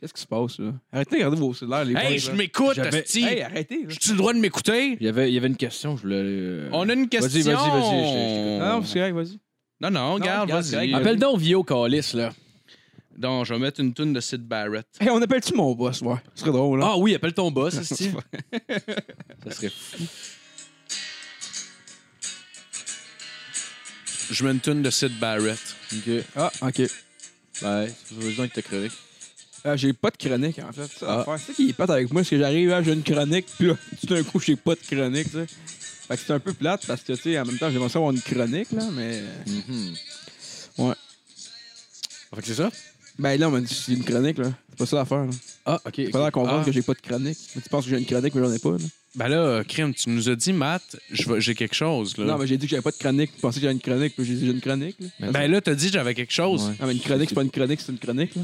S5: Qu'est-ce qui se passe, là? Arrêtez de regarder vos cellulaires, les boys.
S4: Hey, je
S5: là.
S4: m'écoute,
S5: J'avais-
S4: Asti.
S5: Hey, arrêtez. là.
S4: J'ai-tu le droit de m'écouter?
S3: Il y, avait, il y avait une question, je voulais. euh,
S4: On a une
S3: vas-y,
S4: question.
S3: vas-y, vas-y, je t'ai- je t'écoute.
S5: Ah Non, non, c'est correct, vas-y.
S4: Non, non, regarde,
S5: regarde,
S4: vas-y.
S5: regarde.
S3: Appelle donc Vio Calis, là.
S4: Donc, je vais mettre une toune de Sid Barrett.
S5: Hey, on appelle-tu mon boss, ouais? Ce serait drôle, hein? là.
S3: Ah oui, appelle ton boss, esti. Ça serait fou.
S4: Je mets une toune de Sid Barrett.
S3: Ok.
S5: Ah, ok.
S3: Ouais, c'est besoin que ta chronique.
S5: Ah, j'ai pas de chronique, en fait. C'est ça l'affaire. C'est ça qui est plate avec moi, parce que j'arrive, là, j'ai une chronique, puis là, tout d'un coup, j'ai pas de chronique, tu sais. Fait que c'est un peu plate, parce que, tu sais, en même temps, j'aimerais ça avoir une chronique, là, mais... Ouais.
S3: Fait que c'est ça?
S5: Ben là, on m'a dit, c'est une chronique, là. C'est pas ça l'affaire, là.
S3: Ah, ok.
S5: Il faudra qu'on voit
S4: Ah.
S5: que j'ai pas de chronique. Mais tu penses que j'ai une chronique, mais j'en ai pas, là.
S4: Ben là, euh, Crime, tu nous as dit, Matt, je vais- j'ai quelque chose. Là.
S5: Non, mais j'ai dit que j'avais pas de chronique, tu pensais que j'avais une chronique, puis j'ai dit, j'ai une chronique, là.
S4: Ben là, t'as dit j'avais quelque chose.
S3: Ouais.
S5: Non, mais une chronique, c'est pas une chronique, c'est une chronique, là.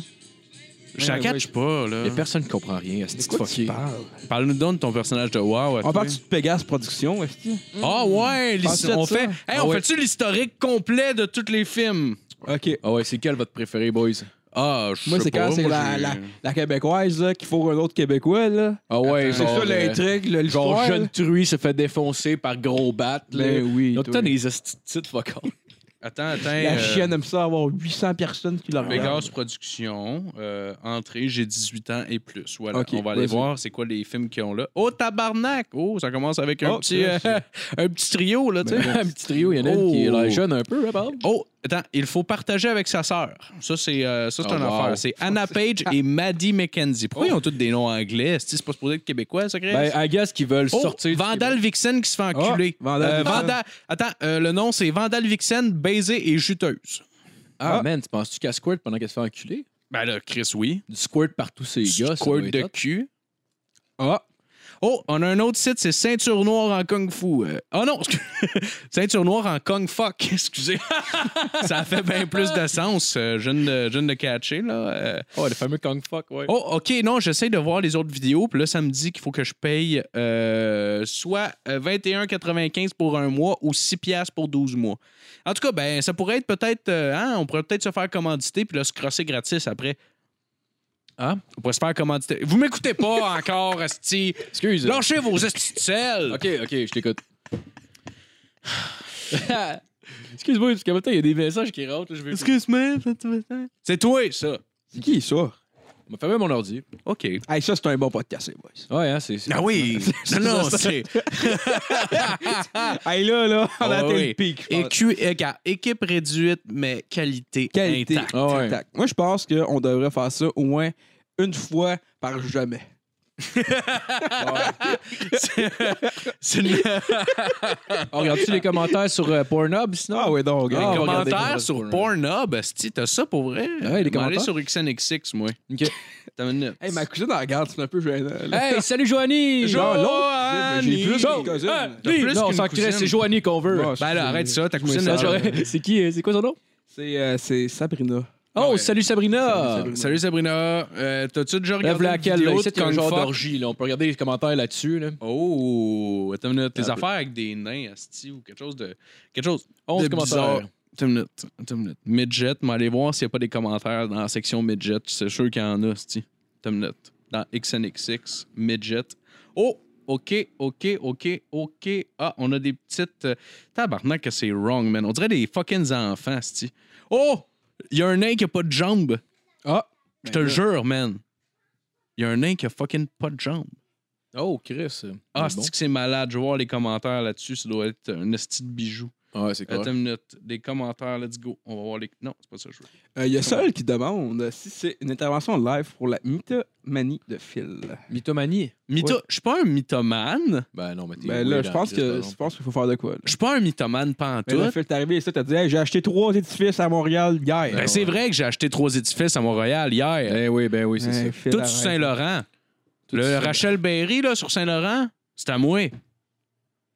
S4: Je t'en
S5: Ouais,
S4: catch pas, là.
S3: Y'a personne qui comprend rien à ce
S5: Quoi tu
S3: fucké.
S5: parles?
S4: Parle-nous donc de ton personnage de WoW. à
S5: On
S4: toi.
S5: parle de Pégase Productions, est-ce que...
S4: Ah ouais, l'his-
S5: Parle-tu de
S4: on
S5: ça?
S4: fait. Hey,
S3: Ah
S4: on
S3: ouais.
S4: fait-tu l'historique complet de tous les films?
S5: OK.
S3: Ah ouais, c'est quel votre préféré, boys?
S4: Ah, je sais
S5: Moi, c'est
S4: pas,
S5: quand c'est
S4: moi,
S5: la,
S4: j'ai-
S5: la, la Québécoise, là, qu'il faut un autre Québécois, là.
S3: Ah ouais,
S5: C'est
S3: genre,
S5: ça
S4: ben.
S3: euh,
S5: l'intrigue, là,
S3: Genre,
S5: l'histoire.
S3: jeune truie se fait défoncer par gros bat. Là.
S5: Ben oui,
S3: Ils ont tout le temps
S5: toi.
S3: des esti de titres fuck off.
S4: Attends, attends.
S5: La
S4: euh,
S5: chienne aime ça avoir 800 personnes qui la regardent.
S4: Vegas Productions, euh, entrée, j'ai 18 ans et plus. Voilà,
S5: Ok,
S4: on va aller
S5: vas-y.
S4: voir c'est quoi les films qu'ils ont là. Oh, tabarnak! Oh, ça commence avec un,
S5: Oh,
S4: petit,
S5: ça, Ben
S4: euh, un petit trio, là, tu sais.
S3: un petit trio, il y en a une qui est
S4: Oh.
S3: là, jeune un peu, hein, rappelle.
S4: Oh, attends, il faut partager avec sa sœur. Ça, c'est euh, ça, c'est
S3: Oh,
S4: une
S3: wow.
S4: affaire. C'est Anna Page et Maddie McKenzie.
S5: Oh.
S4: Pourquoi ils ont tous des noms anglais? Est-ce que C'est pas supposé être québécois, ça, Chris?
S3: Ben, I guess qu'ils veulent
S4: Oh,
S3: sortir. du
S4: Vandal Vixen qui se fait enculer.
S5: Oh, Vandal
S4: Euh,
S5: Vixen.
S4: Vandal- Attends, euh, le nom, c'est Vandal Vixen, baisée et juteuse.
S3: Québec. Ah, man, tu penses-tu qu'elle squirt pendant qu'elle se fait enculer?
S4: Ben là, Chris, oui.
S3: Du squirt par tous ces gars, ça doit
S4: Squirt
S3: être
S4: de
S3: hot.
S4: cul.
S5: Ah,
S4: Oh, on a un autre site, c'est Ceinture Noire en Kung Fu. Euh, oh non, excuse- Ceinture Noire en Kung Fuck, excusez. ça fait bien plus de sens. Euh, je viens de, je viens de catcher, là. Euh,
S3: Oh, le fameux Kung Fuck, ouais.
S4: Oh, OK, non, j'essaie de voir les autres vidéos. Puis là, ça me dit qu'il faut que je paye euh, soit euh, 21,95 pour un mois ou 6 piastres pour 12 mois. En tout cas, ben ça pourrait être peut-être... euh, hein, on pourrait peut-être se faire commanditer puis là, se crosser gratis après.
S3: Hein?
S4: On pourrait se faire commanditer. Vous m'écoutez pas encore, esti.
S3: Excuse.
S4: Lâchez vos esti de sel.
S3: Ok, ok, je t'écoute. Excuse-moi, parce qu'en même temps, il y a des messages qui rentrent. là, Je vais...
S4: Excuse-moi. C'est toi, ça.
S5: c'est qui ça?
S3: On m'a fermé mon ordi.
S4: OK.
S5: Hey, ça, c'est un bon podcast, les boys.
S3: Ouais, hein, c'est. c'est-
S4: Ah oui. non, non, c'est...
S5: Hey, là, là, on a
S4: Ah
S5: atteint
S4: oui.
S5: le pic. je pense.
S4: Écu- éca- Équipe réduite, mais qualité,
S5: Qualité.
S4: intacte.
S3: Ah ouais.
S5: Tac. Moi, je pense qu'on devrait faire ça au moins une fois par jamais.
S4: C'est- C'est une-
S3: Oh, Regardes-tu les commentaires sur euh, Pornhub, sinon?
S5: Ah ouais, donc,
S3: Ah,
S5: regarde.
S4: les
S3: regardez
S4: commentaires
S3: comment-
S4: sur Pornhub, esti, t'as ça pour vrai?
S3: Ouais, les
S4: Je vais aller
S3: commentaires.
S4: sur XNX6, moi.
S3: Ok.
S4: T'as une minute.
S5: Hey, ma cousine en regarde, c'est un peu gênant. là.
S3: Hey, salut Joanie!
S5: Genre, l'autre,
S4: Joanie!
S5: j'ai plus qu'une
S4: Joanie!
S5: cousine.
S4: T'as plus
S3: non,
S4: qu'une
S3: on s'en crée,
S4: cousine.
S3: c'est Joanie qu'on veut.
S5: Bon,
S4: Ben là, arrête ça, ta
S5: Je me
S4: cousine,
S5: sens
S4: elle
S3: Ça,
S5: genre-
S4: euh,
S3: j'aurais- c'est qui? euh, C'est quoi son nom?
S5: C'est euh, c'est Sabrina.
S3: Oh,
S4: ouais.
S3: salut Sabrina!
S5: Salut,
S4: Salut Sabrina, Euh, t'as-tu déjà
S3: Lève
S4: regardé une
S3: laquelle, là,
S4: vidéo
S3: ici,
S4: de
S3: il y a un
S4: Kung
S3: genre
S4: Fuck?
S3: d'orgie, là. On peut regarder les commentaires là-dessus, là. Ah, ben.
S4: Oh, attends une minute, tes
S3: Attends.
S4: affaires avec des nains, esti, ou quelque chose de... Quelque chose de
S3: 11
S4: bizarre.
S3: commentaires.
S4: Attends une minute, attends une minute. Midget, mais allez voir s'il n'y a pas des commentaires dans la section Midget, c'est sûr qu'il y en a, esti. Attends une minute. Dans XNX6, Midget. Oh, ok, ok, ok, ok. Ah, on a des petites... euh, Tabarnak que c'est wrong, man. On dirait des fucking enfants, esti. Oh, il y a un nain qui a pas de jambes.
S5: Ah!
S4: Je te le jure, man. Il y a un nain qui a fucking pas de jambes.
S3: Oh, Chris.
S4: Ah,
S3: c'est
S4: c'est que c'est malade. Je vais voir les commentaires là-dessus. Ça doit être un esti de bijou.
S3: bon. Ouais, c'est quoi?
S4: Attends une minute. Des commentaires, let's go. On va voir les. Non, c'est pas ça que je veux.
S5: Euh, Il y a Sol qui demande euh, si c'est une intervention live pour la mythomanie de Phil.
S3: Mythomanie?
S4: Mytho... Je suis pas un mythomane.
S3: Ben non, mais t'es.
S5: Ben là, je pense que je pense qu'il faut faire de quoi. là.
S4: Je suis pas un mythomane
S5: Mais là,
S4: pantoute.
S5: Phil, t'es arrivé ici, t'as dit hey, j'ai acheté trois édifices à Montréal hier.
S4: Ben, c'est vrai que j'ai acheté trois édifices à Montréal hier.
S3: Ben oui, ben oui, c'est
S5: Hey,
S3: ça.
S5: Phil,
S4: Tout sur
S5: arrête.
S4: Saint-Laurent.
S3: Tout
S4: Le
S3: ça.
S4: Rachel Berry, là, sur Saint-Laurent, c'est à moi.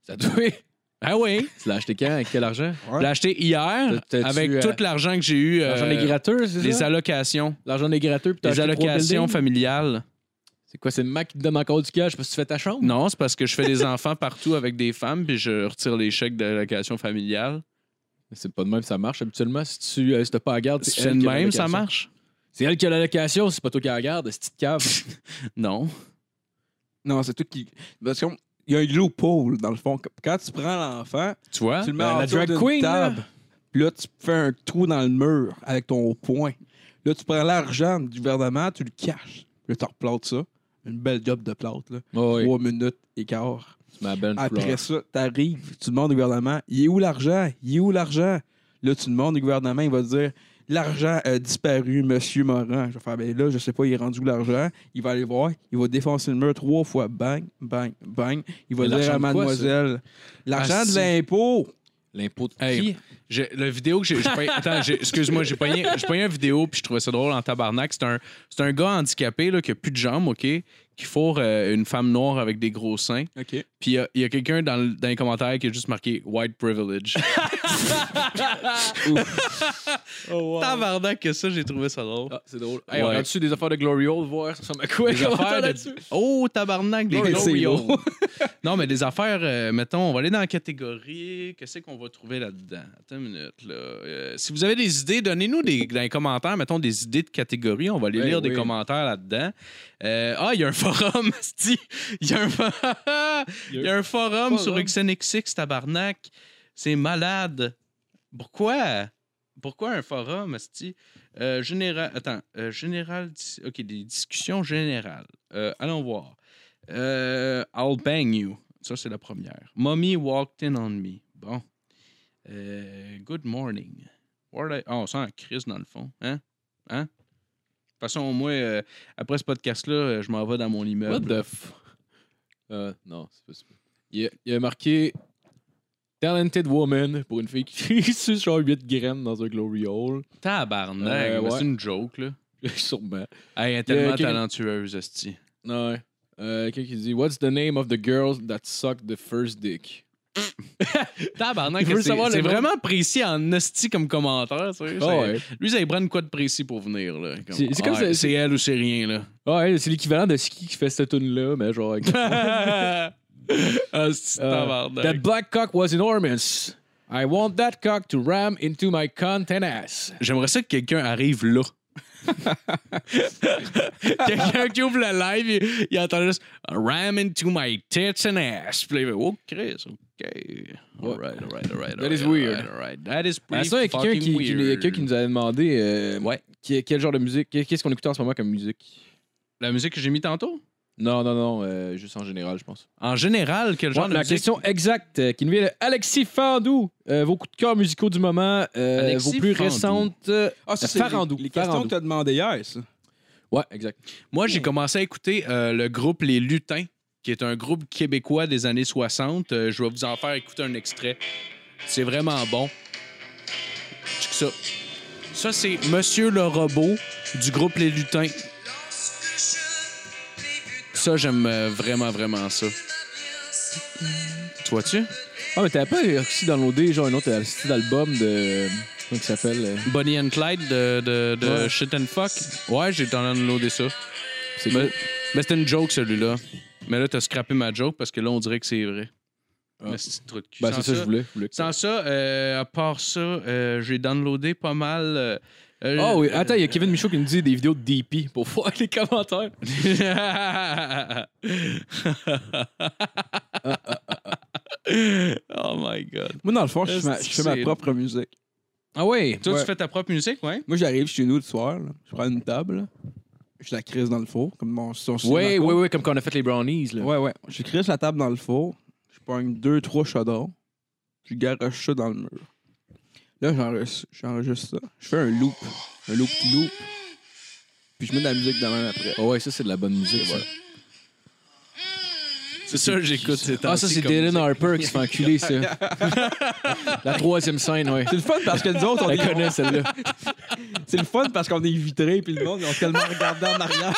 S3: Ça doit- oui.
S4: Ah oui.
S3: Tu l'as acheté quand? Avec quel argent?
S4: Je l'ai acheté hier
S3: T'as- t'as-tu,
S4: avec
S3: euh,
S4: tout l'argent que j'ai eu. euh,
S3: L'argent des gratteurs, c'est
S4: les
S3: ça?
S4: allocations.
S3: L'argent des gratteurs, puis t'as
S4: Les
S3: acheté trois
S4: allocations
S3: buildings?
S4: familiales.
S3: C'est quoi, c'est le Mac qui te donne encore du cash parce que tu fais ta chambre?
S4: Non, c'est parce que je fais des enfants partout avec des femmes, puis je retire les chèques d'allocation familiale.
S3: Mais C'est pas de même, ça marche habituellement. Si tu euh, si t'as pas à garde,
S4: C'est
S3: elle
S4: de
S3: qui a
S4: même, ça
S3: l'allocation.
S4: marche?
S3: C'est elle qui a l'allocation, c'est pas toi qui a la garde, c'est petite cave.
S4: Non.
S5: Non, c'est tout qui. Parce qu'il y a un loophole, dans le fond. Quand tu prends l'enfant,
S4: Tu vois?
S5: tu le mets
S3: ben,
S5: en
S3: la
S5: dessous
S3: drag
S5: d'une
S3: queen, là.
S5: table. Puis là, tu fais un trou dans le mur avec ton poing. Là, tu prends l'argent du gouvernement, tu le caches. Puis là, tu replates ça. Une belle job de plate, là.
S3: Oh, oui,
S5: Trois minutes et quart.
S3: tu m'as belle
S5: Après
S3: couleur.
S5: ça, t'arrives, tu demandes au gouvernement, il est où l'argent? Il est où l'argent? Là, tu demandes au gouvernement, il va te dire, l'argent a disparu, monsieur Morin. Je vais faire, ben là, je sais pas, il est rendu où l'argent? Il va aller voir, il va défoncer le mur trois fois, bang, bang, bang. Il va
S3: Mais
S5: dire
S3: l'argent
S5: à
S3: de quoi,
S5: mademoiselle, l'argent
S4: Ah,
S5: de
S4: si.
S5: l'impôt!
S3: L'impôt de
S4: Hey,
S3: qui?
S4: j'ai- la vidéo que j'ai. j'ai pogné- Attends, j'ai- excuse-moi, j'ai pogné, j'ai pogné une vidéo, puis je trouvais ça drôle en tabarnak. C'est un, c'est un gars handicapé là, qui a plus de jambes, OK? Qui fourre euh, une femme noire avec des gros seins.
S5: OK.
S4: Puis il y a- il y a, quelqu'un dans, le- dans les commentaires qui a juste marqué White Privilege. Tabarnak que ça, j'ai trouvé ça drôle.
S3: Oh, Ah, c'est drôle. Hey,
S4: Ouais.
S3: On a dessus des affaires de Glory Hole, voir ça ressemble à quoi?
S4: Des
S3: les commentaires
S4: affaires de-
S3: là-dessus?
S4: Oh, tabarnak, des oh.
S5: Glory
S4: Glorio.
S5: Hole.
S4: non, mais des affaires, euh, mettons, on va aller dans la catégorie. Qu'est-ce qu'on va trouver là-dedans? Attends une minute. Là. Euh, si vous avez des idées, donnez-nous des, dans les commentaires, mettons, des idées de catégories. On va aller
S3: Ben
S4: lire des
S3: oui.
S4: commentaires là-dedans. Euh, ah, il y a un forum, esti. Il y a un, fo- il y a un forum, sur
S3: Forum.
S4: XNXX, tabarnak. C'est malade. Pourquoi? Pourquoi un forum, esti? Euh, général, attends, euh, général, dis- ok, des discussions générales. Euh, allons voir. Euh, I'll bang you. Ça, c'est la première. Mommy walked in on me. Bon. Euh, good morning. What I- Oh, ça en crise dans le fond. Hein? Hein? De toute façon, moi, euh, après ce podcast-là, euh, je m'en vais dans mon
S3: What
S4: immeuble.
S3: the f... Euh, non, c'est pas super. Il y a, il y a marqué Talented Woman pour une fille qui suce genre 8 graines dans un Glory Hole.
S4: Tabarnak.
S3: Euh,
S4: mais
S3: ouais.
S4: C'est une joke, là.
S3: Sûrement.
S4: Hey, elle est tellement
S3: Euh, quel-
S4: talentueuse, hostie.
S3: Ouais. Euh, Quelqu'un qui dit What's the name of the girl that sucked the first dick?
S4: Tabarnak,
S3: Il veut
S4: c'est
S3: savoir le
S4: c'est
S3: nom.
S4: vraiment précis en hostie comme commentaire. tu sais.
S3: Ah
S4: C'est-
S3: ouais.
S4: Lui, ça, il prend une quoi de précis pour venir. là. Comme, Ah
S3: C'est- c'est comme
S4: ouais,
S3: ça-
S4: c'est elle ou c'est rien. là.
S3: Ah Ouais, c'est l'équivalent de Ski qui fait cette tune là mais genre. avec-
S4: Ah, c'est
S3: Euh,
S4: tabarnak.
S3: That black cock was enormous. I want that cock to ram into my content ass.
S4: J'aimerais ça que quelqu'un arrive là. quelqu'un qui ouvre le live, il, il entend juste Ram into my tits and ass. Puis là, il fait, Oh, Chris, OK. Alright, alright, alright.
S3: That is
S4: alright,
S3: weird.
S4: alright, alright. That is
S3: Ben,
S4: pretty
S3: ça, il y a quelqu'un
S4: fucking
S3: qui, qui- il y a
S4: weird.
S3: quelqu'un qui nous avait demandé euh,
S4: Ouais.
S3: qui- quel genre de musique, qu'est-ce qu'on écoute en ce moment comme musique.
S4: La musique que j'ai mis tantôt?
S3: Non, non, non, euh, juste en général, je pense.
S4: En général, quel genre
S3: Ouais,
S4: de
S3: la
S4: musique?
S3: question exacte euh, qui nous vient de Alexis Fandou. Euh, vos coups de cœur musicaux du moment, euh,
S4: Alexis
S3: vos plus
S4: Fandou.
S3: récentes. euh,
S5: Ah, ça, c'est
S3: Farandou,
S5: les, les questions
S3: Farandou.
S5: que t'as demandé hier, ça.
S3: Ouais, exact.
S4: Moi, j'ai commencé à écouter euh, le groupe Les Lutins, qui est un groupe québécois des années 60. Euh, je vais vous en faire écouter un extrait. C'est vraiment bon. Check ça. Ça, c'est Monsieur le Robot du groupe Les Lutins. Ça, j'aime euh, vraiment, vraiment ça. Tu vois-tu?
S3: Ah, mais t'avais pas aussi downloadé genre un autre euh, style d'album de. Comment il s'appelle euh,
S4: Bonnie and Clyde de, de, de
S3: Ouais.
S4: Shit and Fuck. Ouais, j'ai downloadé ça.
S3: C'est
S4: Mais,
S3: quoi?
S4: mais c'était une joke, celui-là. Mais là, t'as scrappé ma joke parce que là, on dirait que c'est vrai.
S3: Ah.
S4: Mais c'est trop de cul.
S3: Ben,
S4: Sans
S3: c'est ça que je voulais. je voulais que-
S4: Sans ça, euh, à part ça, euh, j'ai downloadé pas mal. euh, euh,
S3: Oh oui, attends, il y a Kevin Michaud qui nous dit des vidéos de DP pour voir les commentaires.
S4: oh my god.
S5: Moi, dans le fond, je fais ma, je fais ma
S4: C'est-
S5: propre musique.
S3: Ah oui!
S4: Toi,
S5: Ouais.
S4: tu fais ta propre musique, ouais?
S5: Moi, j'arrive chez nous le soir, là. je prends une table, là. je la crise dans le four, comme mon son
S3: Oui, oui, oui, comme quand on a fait les brownies. Là.
S5: Ouais, ouais. Je crisse la table dans le four, je pogne deux, trois chaudons, je garoche ça dans le mur. Là, j'enregistre j'enregistre ça. Je fais un loop, un loop qui loop, puis je mets de la musique de même après.
S3: Ah ouais, ça, c'est de la bonne musique. ça.
S4: C'est ça, j'écoute. ces
S3: Ah, ça,
S4: temps-ci
S3: c'est
S4: comme
S3: Dylan Harper qui se fait enculer, ça. la troisième scène, ouais.
S5: C'est le fun parce que nous autres, on
S3: Elle
S5: est,
S3: connaît celle-là.
S5: c'est le fun parce qu'on est vitrés puis le monde, ils ont tellement regardé en arrière.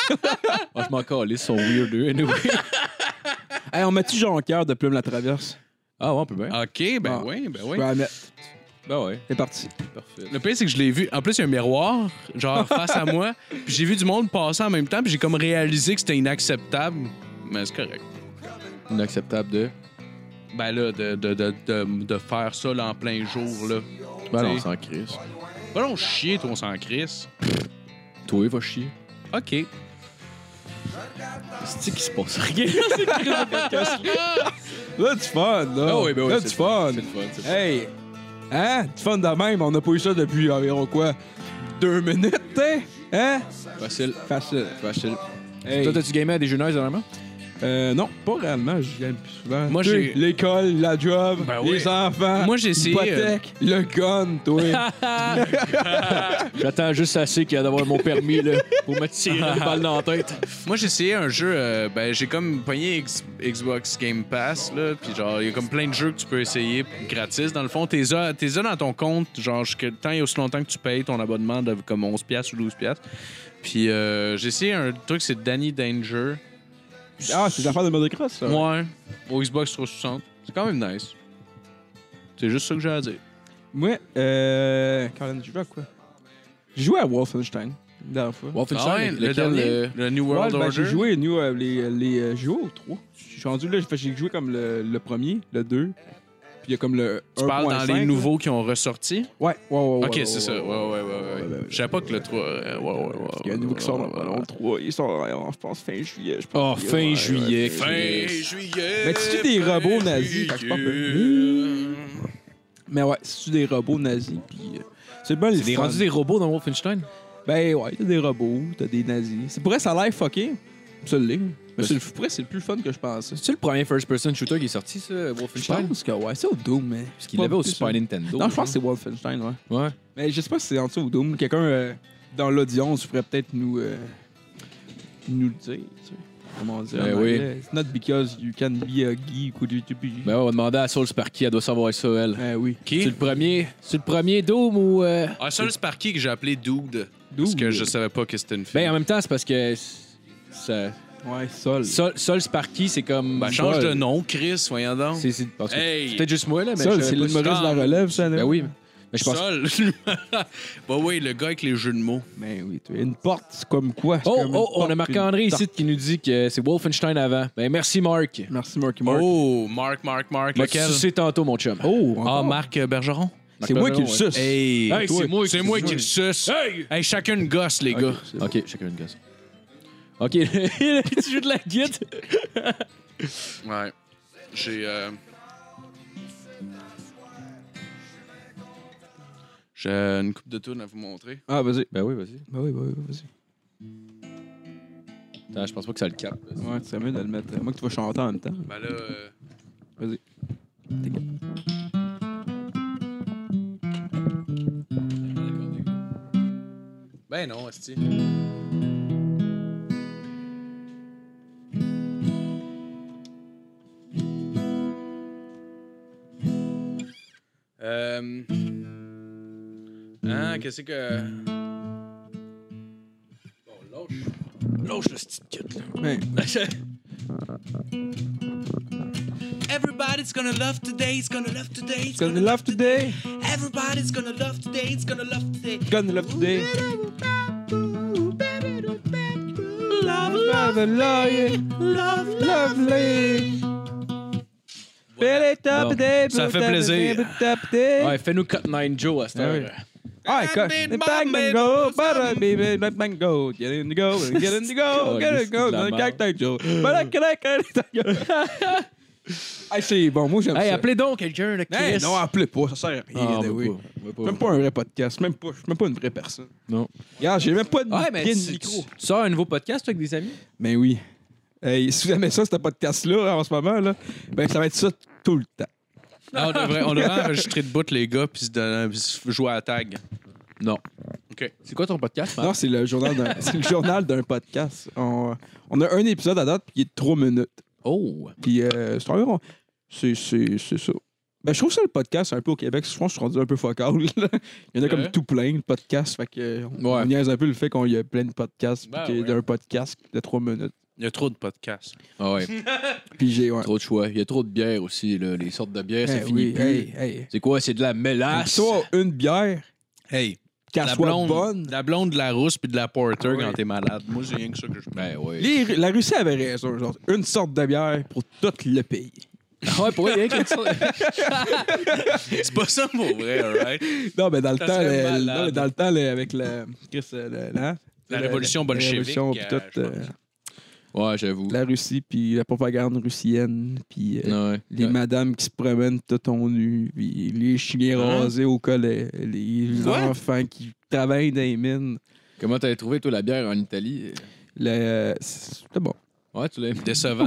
S3: Ah, je m'en calisse, ils sont weird, eux, anyway.
S5: hey, on met-tu genre cœur de plume la traverse?
S3: Ah ouais, on peut bien.
S4: ça. Ok, ben
S5: Ah.
S4: oui, ben
S5: Ouais.
S4: oui.
S5: la mettre.
S3: Ben ouais,
S5: C'est parti.
S3: parfait.
S4: Le pire, c'est que je l'ai vu. En plus, il y a un miroir, genre face à moi. Puis j'ai vu du monde passer en même temps, puis j'ai comme réalisé que c'était inacceptable. Mais c'est correct.
S3: Inacceptable de.
S4: Ben là, de, de, de, de, de faire ça là, en plein jour, là.
S3: Ben non,
S4: T'sais.
S3: sans crise.
S4: Ben non, chier, toi, on s'en crisse.
S3: Toi, va chier.
S4: OK.
S3: C'est qui se passe rien.
S5: Là, du fun, là.
S3: Ah oui, ben oui,
S5: là,
S3: c'est
S5: du fun.
S3: le fun, c'est le fun.
S5: Hey! Hein? Du fun de même, on n'a pas eu ça depuis environ quoi? Deux minutes, hein? Hein?
S3: Facile,
S5: Facile.
S3: facile.
S5: Hey.
S3: Toi, t'as-tu gamé à des jeux nice dernièrement?
S5: Euh, non, pas réellement, je gagne plus souvent.
S4: Moi,
S5: Tu sais,
S4: j'ai-
S5: L'école, la job,
S4: Ben oui.
S5: les enfants,
S4: Moi, j'ai essayé, euh,
S5: l'hypothèque, le gun, toi.
S3: J'attends juste assez qu'il y a d'avoir mon permis là, pour me tirer une balle dans la tête.
S4: Moi, j'ai essayé un jeu. euh, ben, j'ai comme pogné X- Xbox Game Pass, là. Puis genre, il y a comme plein de jeux que tu peux essayer gratis. Dans le fond, t'es là t'es là dans ton compte, genre, jusqu'à- tant et aussi longtemps que tu payes ton abonnement de comme 11$ piastres ou 12$. piastres. Puis euh, j'ai essayé un truc, c'est Danny Danger.
S5: ah, c'est l'affaire de motocross, ça.
S4: Ouais, au Xbox 360. C'est quand même nice. C'est juste ça que j'ai à dire.
S5: Moi, euh. Colin, tu joues à quoi? J'ai joué à Wolfenstein, la dernière fois.
S3: Wolfenstein,
S4: Ah ouais,
S3: lequel,
S4: le dernier,
S3: euh,
S4: le New
S5: Ouais,
S4: World
S5: ben,
S4: Order.
S5: j'ai joué, nous, euh, les, les euh, j'ai joué aux trois. Je suis rendu là, j'ai fait- j'ai joué comme le, le premier, le deux, puis il y a comme le.
S4: Tu parles dans
S5: 1.5,
S4: les
S5: là.
S4: nouveaux qui ont ressorti?
S5: Ouais, ouais, ouais. ouais,
S4: ok,
S5: ouais,
S4: c'est ça. Ouais, ouais, ouais. ouais,
S5: ouais, ouais.
S4: Je savais pas que le 3. euh, Ouais, ouais, ouais. Ah,
S5: Il y a un nouveau qui sort dans pas longtemps, trois. Ils sont, euh, je pense, fin juillet. Je
S3: Oh,
S5: pense,
S3: fin
S5: Ouais, ouais,
S3: juillet.
S5: fin
S4: Fin
S3: Chris.
S4: juillet.
S5: Mais tu tues des
S4: fin
S5: robots nazis, fait que je pense que- Mais ouais, c'est-tu des robots nazis, puis. euh, c'est bon,
S3: C'est des rendus des robots dans Wolfenstein?
S5: Ben ouais, t'as des robots, t'as des nazis. C'est pour vrai, ça a l'air fucké. Ça l'est. Mais c'est le, pour vrai, c'est le plus fun que je pensais.
S3: C'est-tu le premier first-person shooter qui est sorti, ça,
S5: Je
S3: Wolfenstein?
S5: pense que ouais, c'est au Doom, mais.
S3: Parce qu'il l'avait au Super Nintendo.
S5: Non, je pense que c'est Wolfenstein, ouais.
S3: hein. Ouais.
S5: Mais je sais pas si c'est en dessous ou Doom. Quelqu'un euh, dans l'audience pourrait peut-être nous, euh, nous le dire. tu sais. Comment dire?
S3: Ben
S5: en
S3: oui.
S5: anglais? It's not because you can be a geek ou du TPG.
S3: Ben ouais, on va demander à Soul Sparky, elle doit savoir ça, elle.
S5: Ben oui.
S3: C'est
S4: Qui?
S3: le premier. C'est le premier Doom ou. euh,
S4: Ah, seul Sparky que j'ai appelé Dude. Parce
S5: Dude.
S4: que je savais pas que c'était une fille.
S3: Ben en même temps, c'est parce que. ça-
S5: Ouais, sol.
S3: Sol, Sol Sparky, c'est comme.
S4: Ben, change de
S3: Sol.
S4: nom, Chris, voyons donc.
S3: C'est c'est- parce que-
S4: Hey!
S3: c'est peut-être juste moi, là, mais.
S5: Sol,
S3: je-
S5: c'est l'humoriste
S4: pas si
S5: de la relève, ça, non?
S3: Ben oui. Mais je pense.
S4: Sol. ben oui, le gars avec les jeux de mots.
S5: Ben oui, tu une porte, c'est comme quoi? c'est
S3: Oh,
S5: comme une
S3: oh, on
S5: porte,
S3: a Marc-André
S5: puis une
S3: ici qui nous dit que c'est Wolfenstein avant. Ben merci, Marc.
S5: tarte. Merci, Marky Mark. Bah,
S4: Oh, Marc, Marc, Marc. Lequel?
S3: Tu sais tantôt, mon chum.
S5: Oh,
S4: Ah,
S5: encore?
S4: Marc Bergeron.
S5: c'est moi qui le
S3: Bergeron,
S5: suce.
S4: Hey,
S3: Hey, c'est moi qui-
S4: c'est moi qui le suce. Hey! chacun une gosse, les gars.
S3: ouais. Ok, chacun une gosse. Ok, le petit jeu de la guide.
S4: Ouais. J'ai. euh, J'ai une coupe de tunes à vous montrer.
S5: Ah, vas-y.
S3: Ben oui, vas-y.
S5: Ben oui, ben oui, vas-y.
S3: Attends, je pense pas que ça le capte. là.
S5: Ouais, c'est mieux de le mettre. Moi que tu vas chanter en même temps.
S4: Ben là. euh,
S5: Vas-y.
S4: Ben non, Asti. Euh... Hein, qu'est-ce que. Bon, lâche. Lâche le petit cut, là.
S5: Mais
S4: Mm. Everybody's gonna love today, it's gonna love today, it's
S5: gonna love today,
S4: Everybody's gonna love today, it's gonna love today.
S5: gonna love today.
S4: Love,
S5: Love, love, lovely.
S3: Bon,
S4: ça fait plaisir.
S3: Ouais, fais-nous Cut 9 Ben, Joe à cette
S5: Ah
S3: heure.
S5: oui. Ah, écoute,
S4: Baby, baby,
S5: bang, bang, go, bada, baby, bang, bang, go, get in the go, get in the go, get in the go,
S3: Oh,
S5: dans le
S3: c'est de la
S5: cactus, Joe. Bada, crac, crac, crac. Hey, c'est bon, moi j'aime
S3: Hey,
S5: ça.
S3: appelez donc quelqu'un, le Chris.
S5: Hey, non, appelez pas, ça sert à rien.
S3: Ah, on
S5: eh
S3: veut
S5: oui.
S3: pas, on veut pas.
S5: Même pas un vrai podcast, même pas, je suis même pas une vraie personne.
S3: Non.
S5: Regarde, j'ai même pas de
S3: Ouais, mais
S5: bien de
S3: tu,
S5: micro.
S3: tu sors un nouveau podcast toi, avec des amis?
S5: Ben oui. Hey, si vous aimez ça, ce podcast-là, en ce moment, là, ben ça va être ça tout le temps.
S4: Ah, on, devrait, on devrait enregistrer de bout les gars puis se, donner- puis se jouer à la tag.
S3: Non.
S4: OK.
S3: C'est quoi ton podcast, Marc?
S5: Non, c'est le journal d'un, c'est le journal d'un podcast. On, on a un épisode à date, puis il est de trois minutes.
S3: Oh!
S5: Puis euh, c'est environ- C'est, c'est, c'est ça. Ben, je trouve ça le podcast un peu au Québec. Je pense que je suis rendu un peu focal. là. Il y en a comme
S4: Ouais.
S5: tout plein de podcasts. Fait que on,
S3: Ouais.
S5: on niaise un peu le fait qu'on y a plein de podcasts. Puis
S4: Ben
S5: qu'il y a
S4: ouais.
S5: d'un podcast de trois minutes.
S4: Il y a trop de podcasts.
S3: Ah ouais,
S5: Puis j'ai. Ouais.
S3: trop de choix. Il y a trop de bières aussi, là. Les sortes de bières, ça
S5: Eh
S3: finit plus. Ah,
S5: hey, hey.
S3: C'est quoi? C'est de la
S5: Une
S3: mélasse?
S5: soirée, une bière,
S4: Hey,
S5: qu'elle
S4: la
S5: soit
S4: blonde,
S5: bonne.
S4: la blonde de la rousse puis de la porter
S5: Ah ouais.
S4: quand t'es malade. Moi, j'ai rien que ça que je
S3: Ben ouais.
S5: Les Ru- la Russie avait raison. genre, une sorte de bière pour tout le pays.
S3: Ah ouais, pour rien que ça.
S4: C'est pas ça pour vrai, alright?
S5: Non, mais dans le
S4: Ça
S5: temps,
S4: serait
S5: le-
S4: malade.
S5: non, mais dans le temps le- avec le, Chris, euh, le- la,
S4: La
S5: le-
S4: révolution bolchevique,
S5: La révolution, puis
S4: euh,
S5: tout,
S4: je pense.
S5: euh,
S3: Ouais, j'avoue.
S5: la Russie, puis la propagande russienne, puis euh,
S3: Ouais.
S5: les
S3: Ouais.
S5: madames qui se promènent tout en nu, puis les chiens
S4: Hein?
S5: rasés au collet, les
S4: Quoi?
S5: enfants qui travaillent dans les mines.
S3: Comment t'avais trouvé, toi, la bière en Italie?
S5: Le- C'était bon.
S3: Ouais, tu l'as
S4: Décevant.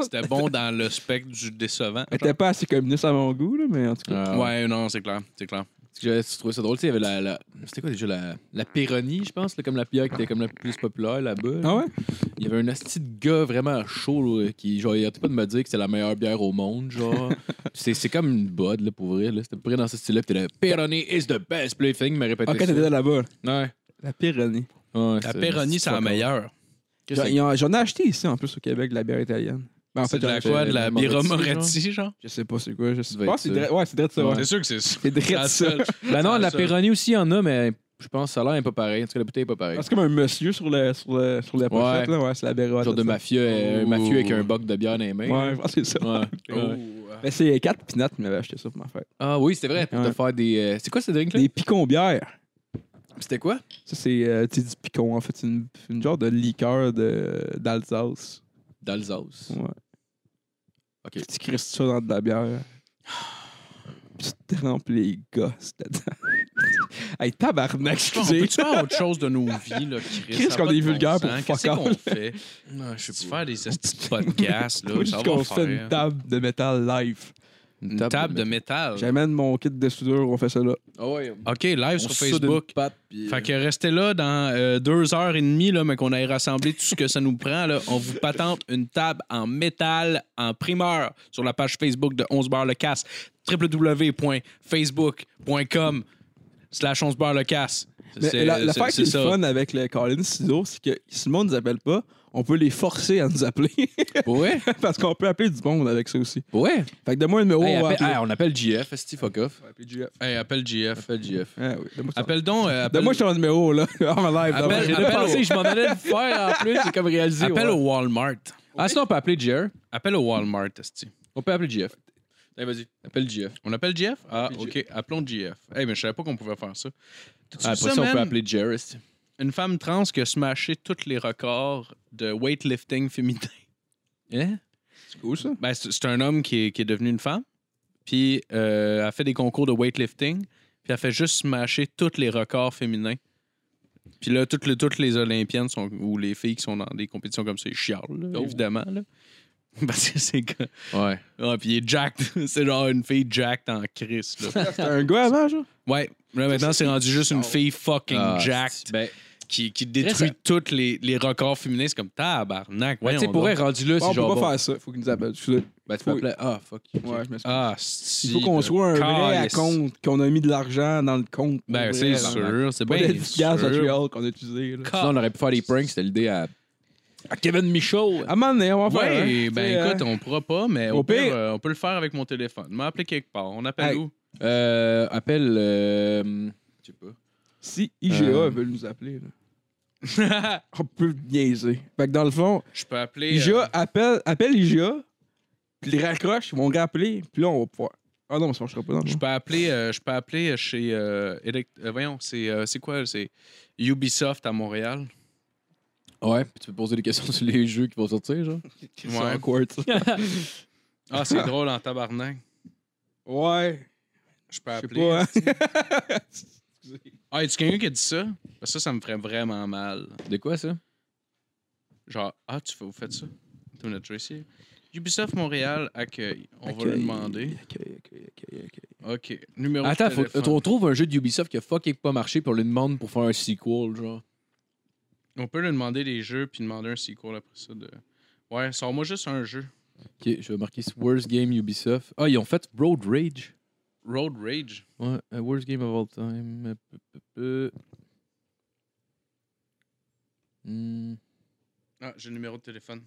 S4: C'était bon dans le spectre du décevant.
S5: Elle était pas assez communiste à mon goût, là, mais en tout cas.
S3: Ah,
S4: Ouais, non, c'est clair. C'est clair.
S3: Parce que J'avais trouvé ça drôle. Tu sais, il y avait la. la- C'était quoi déjà la, la Péroni, je pense, là, comme la bière qui était comme la plus populaire là-bas.
S5: Ah ouais?
S3: Il y avait un asti de gars vraiment chaud là, qui, genre, il arrêtait pas de me dire que c'était la meilleure bière au monde, genre. Puis c'est c'est comme une bod, là, pour vrai. là. C'était à peu près dans ce style-là. Puis t'es là, Péroni is the best. Puis là, il fait que il me répétait
S5: Ah, quand
S3: ça.
S5: t'étais là-bas,
S3: Ouais.
S5: la Pyrénées.
S3: Ouais,
S4: La
S3: c'est-
S4: Péroni, c'est la
S3: fuck off.
S4: meilleure.
S3: Qu'est-ce que c'est?
S5: Ils ont- J'en ai acheté ici, en plus, au Québec, de la bière italienne. Ben, en
S4: C'est
S5: fait,
S4: de la
S5: j'en-
S4: quoi? De la
S3: Moretti,
S4: Bira
S3: genre?
S4: Moretti, genre?
S5: je sais pas c'est quoi. Je
S3: Ça
S5: sais
S3: doit
S5: pas.
S3: être
S5: c'est
S3: ça.
S5: dra- Ouais, c'est direct ça. ouais.
S4: C'est sûr que c'est ça.
S5: C'est direct
S4: La
S5: Ah, ça.
S4: seule.
S3: Ben non,
S4: C'est
S3: la
S4: la seule.
S3: Péroni aussi, il y en a, mais je pense que ça a l'air pas pareil. En tout cas, la bouteille est pas pareille.
S5: Ah, C'est comme un monsieur sur, le, sur, le, sur la pochette, là. Ouais, c'est la bérotte.
S3: Genre de
S5: là, ça.
S3: mafieux, euh, un
S4: Ouh.
S3: mafieux avec un boc de bière dans les mains.
S5: Ouais, je pense que c'est ça.
S3: Ouais.
S4: Oh.
S5: Mais c'est 4 pinates qui m'avaient acheté ça pour ma fête.
S3: Ah oui, c'est vrai, pour te
S5: Ouais.
S3: faire des. euh, c'est quoi ce drink-là?
S5: Des picons bières.
S3: C'était quoi?
S5: Ça, c'est euh, tu sais, du picon, en fait. C'est une, une genre de liqueur de- d'Alsace.
S3: D'Alsace.
S5: Ouais.
S3: Ok.
S5: Tu crisses ça dans de la bière. Puis tu trempes les gosses dedans. hey, tabarnak,
S4: On
S5: excusez.
S4: peut-tu faire autre chose de nos vies, là, Chris?
S5: Chris,
S4: Ça a
S5: qu'on
S4: pas
S5: est
S4: de bon
S5: vulgaire
S4: sens.
S5: pour
S4: Qu'est-ce
S5: fuck
S4: qu'on fait? Je vais faire des estis de podcasts, là. Ça
S5: Faut juste
S4: va
S5: qu'on se fait une
S4: faire.
S5: table de métal live.
S4: Une table de métal.
S5: J'amène mon kit de soudure, on fait ça là.
S3: Ah ouais.
S4: OK, live sur Facebook. Fait
S3: Fait
S5: euh,
S4: que restez là dans euh, deux heures et demie, là, mais qu'on ait rassemblé tout ce que ça nous prend. Là. On vous patente une table en métal en primeur sur la page Facebook de 11 bar le casse. www.facebook.com slash 11 bar le casse.
S5: Mais
S4: C'est-
S5: la-
S4: c'est-
S5: l'affaire qui
S4: c'est
S5: est
S4: ça.
S5: fun avec le Colin Ciseaux, c'est que si le monde nous appelle pas, on peut les forcer à nous appeler.
S3: Ouais.
S5: Parce qu'on peut appeler du monde avec ça aussi.
S3: Ouais.
S5: Fait que donne-moi un numéro,
S3: Hey,
S5: on va
S3: appelle-
S5: appeler.
S3: hey, on appelle GF, Esti, fuck off.
S5: On va appeler GF.
S4: Hey, appelle GF.
S3: Appelle GF.
S5: Ah oui, donne-moi ça.
S4: Appelle donc. euh, appelle
S5: Donne-moi ton numéro, là, en
S4: Appelle-
S5: live. donne-moi.
S3: J'ai
S4: appelle
S3: pensé
S4: au-
S3: que je m'en allais le faire en plus, j'ai comme réalisé.
S4: appelle
S3: ouais.
S4: au Walmart.
S3: Ah, sinon, on peut appeler GF.
S4: Appelle au Walmart, esti.
S3: On peut appeler GF. Allez, vas-y. Appelle GF.
S4: On appelle GF? Ah,
S3: Appelle
S4: OK. Appelons GF. Hey, mais je savais pas qu'on pouvait faire ça. T'as-tu
S3: Ah,
S4: vu
S3: Après
S4: ça,
S3: ça, on peut
S4: man?
S3: appeler GF. esti.
S4: Une femme trans qui a smashé tous les records de weightlifting féminin.
S3: Hein?
S5: C'est cool, ça.
S4: Ben, c'est c'est un homme qui est, qui est devenu une femme. Puis, euh, elle fait des concours de weightlifting. Puis, elle fait juste smasher tous les records féminins. Puis là, toutes, les- toutes les Olympiennes sont, ou les filles qui sont dans des compétitions comme ça, ils chialent, là,
S3: Oh.
S4: évidemment. Là. Parce que c'est. que-
S3: euh, Ouais.
S4: Ah, puis il est jacked. c'est genre une fille jacked en crise. là.
S5: C'était un gars avant, genre.
S4: Ouais. Là, maintenant, c'est rendu juste une fille fucking
S3: Ah,
S4: jacked
S3: esti, Ben,
S4: qui, qui détruit
S8: Reste-
S4: tous les, les records féminins. C'est comme tabarnak.
S8: Ouais, tu sais,
S4: voyons
S8: pour
S4: donc.
S8: être rendu
S5: Bon,
S8: là, c'est
S5: on
S8: genre.
S5: peut
S8: bon,
S5: pas faire ça. Faut qu'ils nous appellent. Excusez.
S8: ben, tu peux
S5: Faut-
S8: appeler- Ah, fuck.
S5: Ouais, je m'excuse.
S4: Ah,
S5: Il faut qu'on soit un vrai à
S4: Calice.
S5: compte, qu'on a mis de l'argent dans le compte. pour
S4: Ben,
S5: vrai,
S4: c'est
S5: là.
S4: sûr. Ben, C'est
S5: Pas
S4: bien
S5: d'efficace à
S4: sûr.
S5: Trial qu'on a utilisé. là.
S8: Sinon, on aurait pu faire des pranks, c'était l'idée à. à Kevin Michaud.
S5: À un moment donné, on va faire.
S4: Ouais,
S5: hein.
S4: ben
S5: Tu sais,
S4: écoute,
S5: hein.
S4: on pourra pas, mais
S5: Au
S4: au pire,
S5: pire-
S4: euh, on peut le faire avec mon téléphone. M'appeler quelque part. On appelle
S5: Hey.
S4: où?
S8: Euh, appelle. euh, Je sais pas.
S5: Si IGA
S8: Euh.
S5: veut nous appeler, là, on peut niaiser. Fait que dans le fond,
S4: Je peux appeler. euh,
S5: IGA appelle, appelle IGA, puis les raccroche, ils vont rappeler, puis là, on va pouvoir. Ah non, mais ça marchera pas dans
S4: Je peux appeler, euh, je peux appeler chez. euh, Elect- euh, voyons, c'est euh, c'est quoi? C'est Ubisoft à Montréal.
S8: Ouais, puis tu peux poser des questions sur les jeux qui vont sortir, genre.
S5: C'est
S4: Ouais.
S5: awkward, ça.
S4: Ah, c'est drôle en tabarnak.
S5: Ouais.
S4: Je peux
S5: Je sais
S4: appeler.
S5: pas. hein.
S4: Ah, y a quelqu'un qui a dit ça? Parce que Ça, ça me ferait vraiment mal.
S8: De quoi ça?
S4: Genre, ah, tu fais, vous faites ça? Attends une minute, je vais essayer. Ubisoft Montréal accueille. On va lui demander.
S5: Accueil, accueil, accueil, accueil.
S4: OK. Numéro
S8: Attends,
S4: de
S8: faut,
S4: téléphone.
S8: on trouve un jeu d'Ubisoft qui a fucking pas marché, puis on lui demande pour faire un sequel, genre.
S4: On peut lui demander les jeux puis demander un sequel après ça. De... Ouais, sors-moi juste un jeu.
S8: Ok, je vais marquer Worst Game Ubisoft. Ah, ils ont fait Road Rage.
S4: Road Rage.
S8: Ouais, euh, Worst Game of All Time. Euh, peu, peu, peu. Hmm.
S4: Ah, j'ai le numéro de téléphone.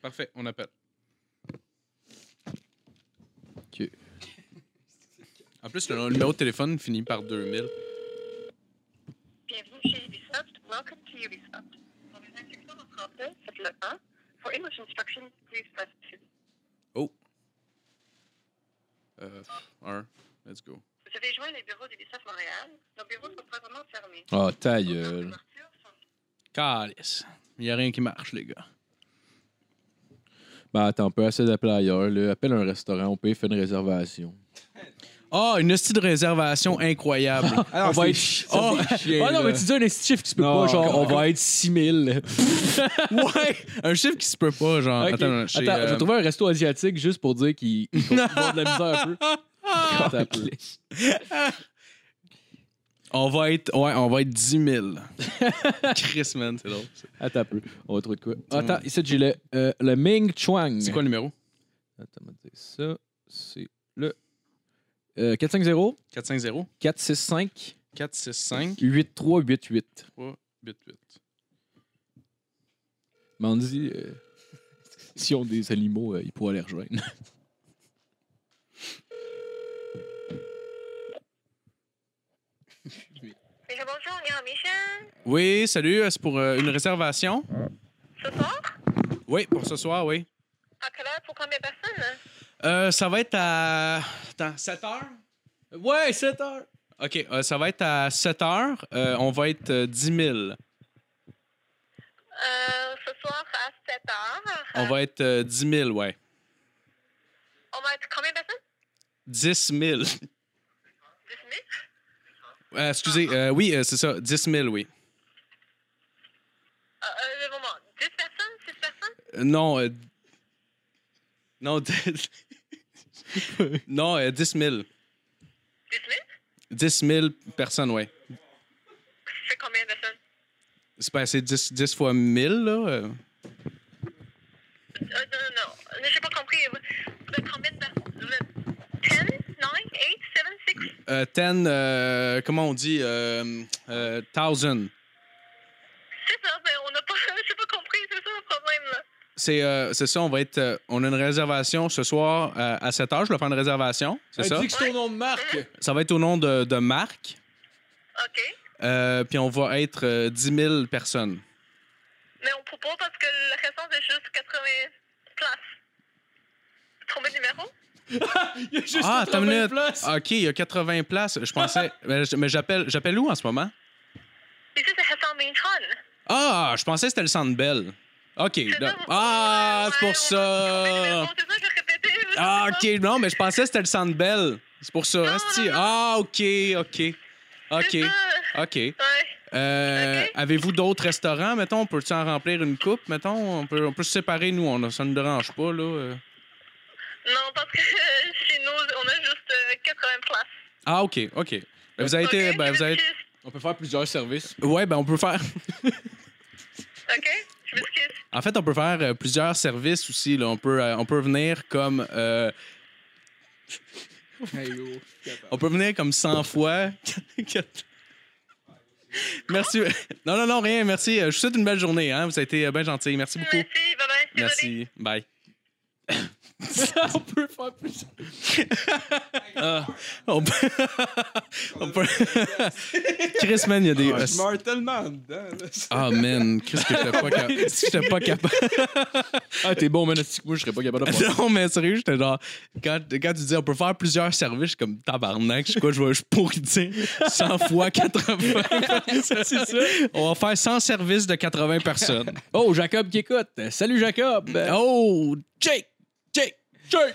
S4: Parfait, on appelle.
S8: OK.
S4: En plus, le numéro de téléphone finit par 2000.
S6: Bienvenue chez Ubisoft. Welcome to Ubisoft. Pour les instructions en français, faites le 1. For English instructions, please press 2.
S4: Euh, un. Let's go.
S6: Vous avez joint les bureaux d'Ubisoft Montréal. Nos bureaux sont présentement fermés.
S8: Ah, ta
S6: Nos heures
S8: gueule.
S6: d'ouverture sont
S4: Calice. Il n'y a rien qui marche, les gars.
S8: Ben attends, on peut essayer d'appeler ailleurs, là. Appelle un restaurant, on peut y faire une réservation.
S4: Ah, une hostie de réservation incroyable.
S5: Alors,
S8: on va
S5: Ah c'est
S8: être.
S5: chi- ça,
S8: Oh,
S5: c'est chiant,
S8: Ah non, mais
S5: là.
S8: tu dis un estif que tu peux
S5: Non,
S8: pas, genre, on
S5: encore.
S8: va être 6000.
S4: ouais! Un chiffre qui se peut pas, genre.
S8: Ok.
S4: Attends, euh,
S8: Attends, je vais trouver un resto asiatique juste pour dire qu'il il faut avoir de la misère un peu. Attends un peu.
S4: On va être. Ouais, on va être 10 000. Chris, man, c'est drôle.
S8: Attends un peu. On va trouver de quoi. Attends, ici, j'ai le, euh, le Ming Chuang.
S4: C'est quoi le numéro?
S8: Attends, on va dire ça. C'est le. Euh, 450
S4: 450
S8: 465
S4: 465
S8: 8388.
S4: 88.
S8: Mandy, euh, si on des animaux, euh, ils pourraient les rejoindre.
S6: fermées. Déjà, bonjour, Léon Michel.
S4: Oui, salut, euh, c'est pour euh, une réservation?
S6: Ce soir,
S4: Oui, pour ce soir, oui.
S6: à quelle heure pour combien de personnes? hein?
S4: Euh, ça va être à. Attends, 7 heures? Ouais, 7 heures! OK, euh, ça va être à 7 heures. Euh, on va être euh, 10 000.
S6: Euh, ce soir à 7 heures.
S4: On va être euh, 10 000, ouais.
S6: On va être combien de personnes?
S4: 10 000.
S6: 10 000?
S4: Euh, excusez, euh, oui, euh, c'est ça, 10 000, oui.
S6: Euh, euh, le moment. 10 personnes? 6 personnes?
S4: Euh, non, euh, non, non, euh, 10 000.
S6: 10 000?
S4: 10 000 personnes, ouais.
S6: C'est combien de personnes?
S4: C'est pas c'est 10, 10 fois 1000, là. euh.
S6: Euh, non, non, non. J'ai pas compris. Vous êtes combien de personnes? Vous êtes 10, 9, 8, 7, 6?
S4: Euh, 10, euh, comment on dit, euh, euh, 1000.
S6: C'est ça, ben on n'a pas. J'ai pas compris, c'est ça le problème, là.
S4: C'est euh, c'est ça, on va être. euh, on a une réservation ce soir euh, à 7 h. Je vais faire une réservation. C'est ça.
S8: que c'est ton nom de marque.
S4: Ça va être au nom de, de Marc.
S6: OK.
S4: euh, Puis on va être euh, 10 000 personnes.
S6: Mais on peut pas parce que le restant, c'est juste 80 places. Combien de numéros?
S4: Ah, attends une minute. OK, il y a 80 places. Je pensais. mais je- mais j'appelle j'appelle où en ce moment?
S6: Ici, c'est Hassan Mintron.
S4: Ah, je pensais que c'était le Centre Bell. OK.
S6: C'est
S4: là-
S6: ça, pourquoi-
S4: Ah, c'est
S6: ouais,
S4: pour
S6: on a combien
S4: ça.
S6: de numéros? C'est ça, j'ai répété. je sais
S4: Ah,
S6: pas.
S4: ok. Non, mais je pensais que c'était le Centre Bell. C'est pour ça. asti.
S6: non, non.
S4: Ah, ok, ok. Ok,
S6: C'est
S4: ok.
S6: ça. Ouais.
S4: Euh,
S6: Ok.
S4: Avez-vous d'autres restaurants, mettons? On peut-tu en remplir une coupe, mettons? On peut, on peut se séparer, nous. On, ça ne nous dérange pas, là. euh.
S6: Non, parce que euh, chez nous, on a juste euh, 80 places.
S4: Ah, ok, ok. Ben, vous avez été...
S6: Ok?
S4: ben, vous avez...
S6: Juste-
S3: On peut faire plusieurs services.
S4: Ouais, ben on peut faire.
S9: OK? Je me skip.
S4: En fait, on peut faire euh, plusieurs services aussi. Là. On, peut, euh, on peut venir comme. euh, on peut venir comme 100 fois. merci. Non, non, non, rien. Merci. Euh, Je vous souhaite une belle journée. Hein. Vous avez été bien gentil. Merci beaucoup.
S9: Merci, bye bye.
S4: Merci. Bye.
S3: on peut faire plusieurs.
S4: Ah. On peut. on peut... Chris, man, il y a
S3: Ah,
S4: des.
S5: Je meurs tellement dedans. là.
S4: Ah, man. Chris, que j'étais pas, cap- j'étais pas capable.
S3: Ah, t'es bon, man. Moi, je serais pas capable de faire
S4: Non, mais sérieux, j'étais genre. Quand, quand tu dis on peut faire plusieurs services, je suis comme tabarnak, je sais quoi, je vais- je pourrais dire 100 fois 80. C'est ça. On va faire 100 services de 80 personnes.
S3: Oh, Jacob qui écoute. Euh, Salut, Jacob.
S4: Oh, Jake! Jake! Jake!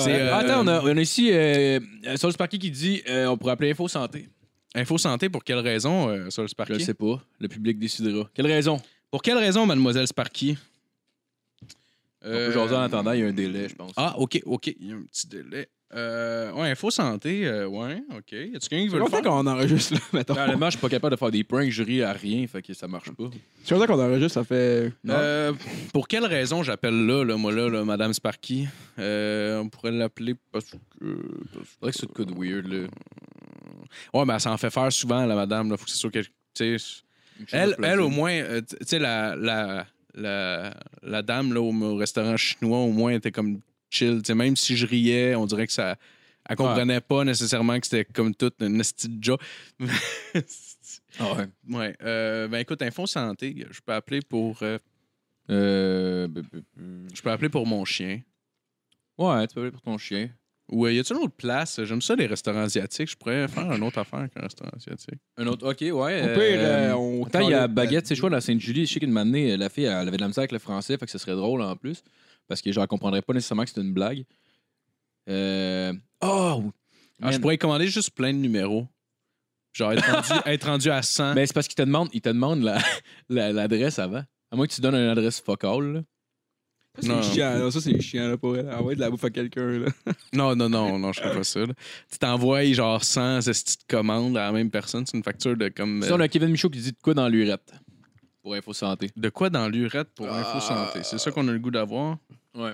S4: C'est, euh,
S3: Ah, Attends, on a, on a ici euh, euh, Saul Sparky qui dit euh, on pourrait appeler Info Santé.
S4: Info santé, pour quelle raison, euh, Saul
S3: Je le
S4: Sparky?
S3: sais pas. Le public décidera. Quelle raison
S4: Pour quelle raison, mademoiselle Sparky?
S3: On peut jaser en attendant, il y a un délai, je pense.
S4: Ah, OK, OK. Il y a un petit délai. Euh, ouais, info santé, euh, ouais, OK. Y a-tu quelqu'un qui veut
S5: C'est
S4: le
S5: longtemps
S4: faire?
S5: qu'on enregistre, là, mettons.
S3: Réellement, je suis pas capable de faire des pranks, je ris à rien, fait que ça marche pas.
S5: C'est longtemps qu'on enregistre, ça fait.
S4: Euh, pour quelle raison j'appelle là, là, moi, là, là, Madame Sparky? Euh, on pourrait l'appeler parce que. parce-
S3: Faudrait que ça te coûte weird, là.
S4: Ouais, mais elle s'en fait faire souvent, la madame. Là. Faut que c'est sûr que. tu sais, Elle, elle, au moins, euh, tu sais, la, la, la, la dame là, au, au restaurant chinois, au moins, était comme chill. Tu sais, même si je riais, on dirait que ça. Elle comprenait pas nécessairement que c'était comme toute une esti de joke.
S3: Ah ouais.
S4: ouais. euh, ben écoute, Info Santé, je peux appeler pour. euh,
S3: Euh, b- b- b-
S4: je peux appeler pour mon chien.
S3: Ouais, tu peux aller pour ton chien.
S4: Ou euh, y a-t-il une autre place? J'aime ça, les restaurants asiatiques. Je pourrais faire une autre affaire qu'un restaurant asiatique.
S3: Un autre, ok, ouais.
S5: Au pire, euh, on.
S3: Attends, il y a Baguette, c'est choix, la Sainte-Julie. Je sais qu'une manée, la fille, elle avait de la misère avec le français, fait que ce serait drôle en plus. Parce que genre, elle comprendrait pas nécessairement que c'est une blague. Euh... Oh!
S4: Ah, je
S3: Man.
S4: pourrais commander juste plein de numéros. Genre être rendu, être rendu à 100.
S5: Ben,
S3: Mais c'est parce qu'il te demande, il te demande la- la- l'adresse avant. À moins que tu donnes une adresse focale. là.
S5: Ça,
S4: Non.
S5: c'est chiant, là. Ça, c'est chiant, là, pour elle. Envoyer de la bouffe à quelqu'un, là.
S4: Non, non, non, non, je ferais pas ça. là. Tu t'envoies genre 100 estis de commandes à la même personne. C'est une facture de comme.
S3: Ça,
S4: euh,
S3: on a Kevin Michaud qui dit de quoi dans l'urette pour Info Santé.
S4: De quoi dans l'urette pour Info Santé? C'est ça qu'on a le goût d'avoir?
S3: Ouais.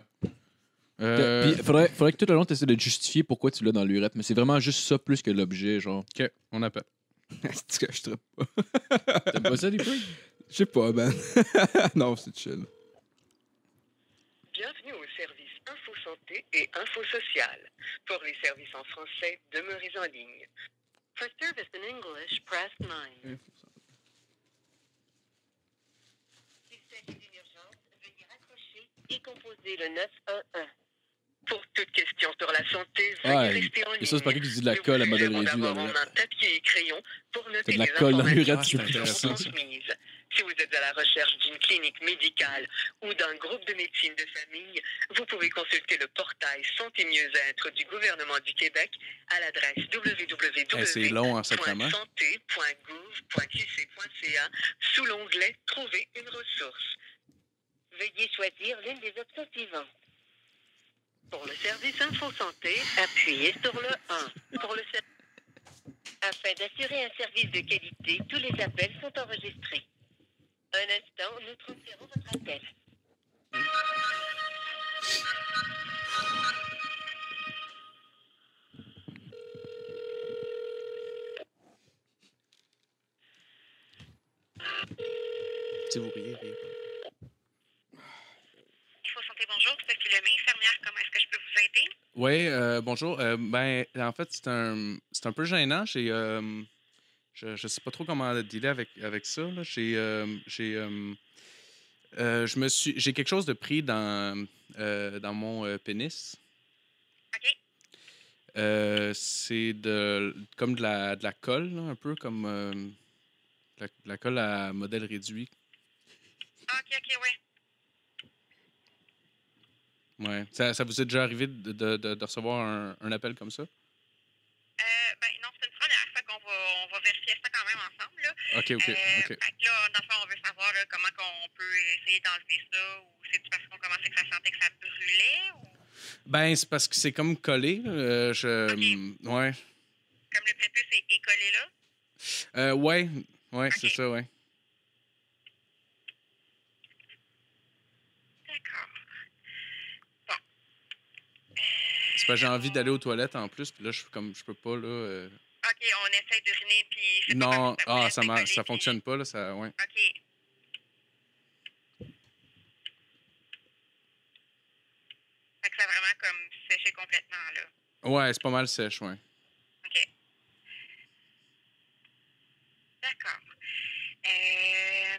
S4: Euh,
S3: Puis faudrait, faudrait que tout le long, tu essaies de te justifier pourquoi tu l'as dans l'urette, mais c'est vraiment juste ça plus que l'objet, genre.
S4: OK, on appelle.
S5: C'est que je trappe.
S3: T'aimes pas ça, les pranks?
S5: Je sais pas, man. non, c'est chill.
S9: Bienvenue au service Info Santé et Info Social. Pour les services en français, demeurez en ligne. For service in English, press 9. S'il s'agit d'une urgence, veuillez raccrocher et composer le 911. Pour toute question sur la santé, veuillez
S3: Ouais,
S9: rester en ligne.
S3: Et ça, c'est pas qui dit de la
S9: Nous
S3: colle à
S9: vous
S3: modèle
S9: suggérons
S3: réduit dans
S9: d'avoir en
S3: l'urette.
S9: main papier et crayon pour noter
S3: de la
S9: les
S3: colle dans l'urette,
S9: informations
S3: c'est
S9: qui vous sont
S3: intéressant, ça.
S9: transmises. Si vous êtes à la recherche d'une clinique médicale ou d'un groupe de médecine de famille, vous pouvez consulter le portail Santé mieux être du gouvernement du Québec à l'adresse
S4: Hey, Eh, c'est long hein, en sacrement.
S9: www.santé.gouv.qc.ca sous l'onglet Trouver une ressource. Veuillez choisir l'une des options suivantes. Pour le service Info Santé, appuyez sur le 1. Pour le ser- Afin d'assurer un service de qualité, tous les appels sont enregistrés. Un instant, nous transférons votre appel. Info Santé, bonjour. Sophie Lemay, infirmière, comment est-ce que je peux vous aider?
S4: Oui, euh, bonjour. Euh, ben, en fait, c'est un, c'est un peu gênant. J'ai, euh, je ne sais pas trop comment dealer avec, avec ça. là. J'ai, euh, j'ai, euh, euh, je me suis, j'ai quelque chose de pris dans, euh, dans mon euh, pénis.
S9: OK.
S4: Euh, c'est de, comme de la, de la colle, là, un peu comme euh, de la, de la colle à modèle réduit.
S9: OK, OK, ouais.
S4: Ouais. Ça, ça vous est déjà arrivé de, de- de- de recevoir un, un appel comme ça?
S9: Euh, ben non, c'est une première fois qu'on va, on va vérifier ça quand même ensemble. Là.
S4: OK, OK,
S9: Euh,
S4: OK.
S9: fait que là, dans le fond, on veut savoir là, comment qu'on peut essayer d'enlever ça ou c'est parce qu'on commençait que ça sentait que ça brûlait ou
S4: Ben, c'est parce que c'est comme collé. là. Euh, je... Ouais.
S9: comme le prépuce est, est collé là.
S4: Euh, ouais, ouais, c'est ça, ouais.
S9: D'accord.
S4: C'est
S9: Euh,
S4: parce que j'ai envie d'aller aux toilettes en plus, puis là, je suis comme, je peux pas, là. euh,
S9: OK, on essaie d'uriner, puis... faites pas
S4: Non,
S9: comme vous
S4: ah,
S9: êtes
S4: ça, mar-
S9: décollé,
S4: ça
S9: puis-
S4: fonctionne pas, là, ça, ouais.
S9: OK. Fait que ça a vraiment comme séché complètement, là.
S4: Ouais, c'est pas mal sèche, ouais.
S9: OK. D'accord. Euh,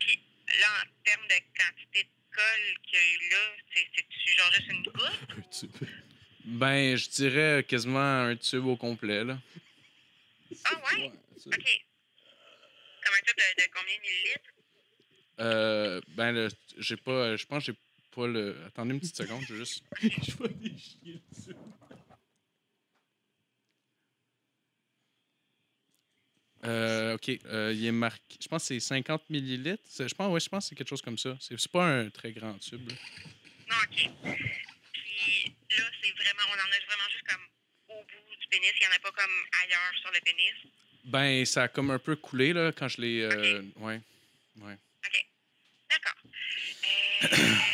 S9: Puis là, en termes de quantité de colle qu'il y a eu là, c'est- c'est-tu genre juste une goutte?
S4: Ben, je dirais quasiment un tube au complet, là.
S9: Ah ouais? OK. Comme un tube de, de combien de millilitres?
S4: Euh, ben, le- j'ai pas, je pense que j'ai pas le. Attendez une petite seconde, je vais juste. Euh, ok, euh, il est marqué. Je pense que c'est 50 millilitres. C'est- Je pense, ouais, je pense que c'est quelque chose comme ça. C'est c'est pas un très grand tube. là.
S9: Non, OK. Puis là, c'est vraiment, on en a vraiment juste comme au bout du pénis. Il n'y en a pas comme ailleurs sur le pénis.
S4: Ben, ça a comme un peu coulé là quand je l'ai. euh, ouais.
S9: OK. D'accord. Euh,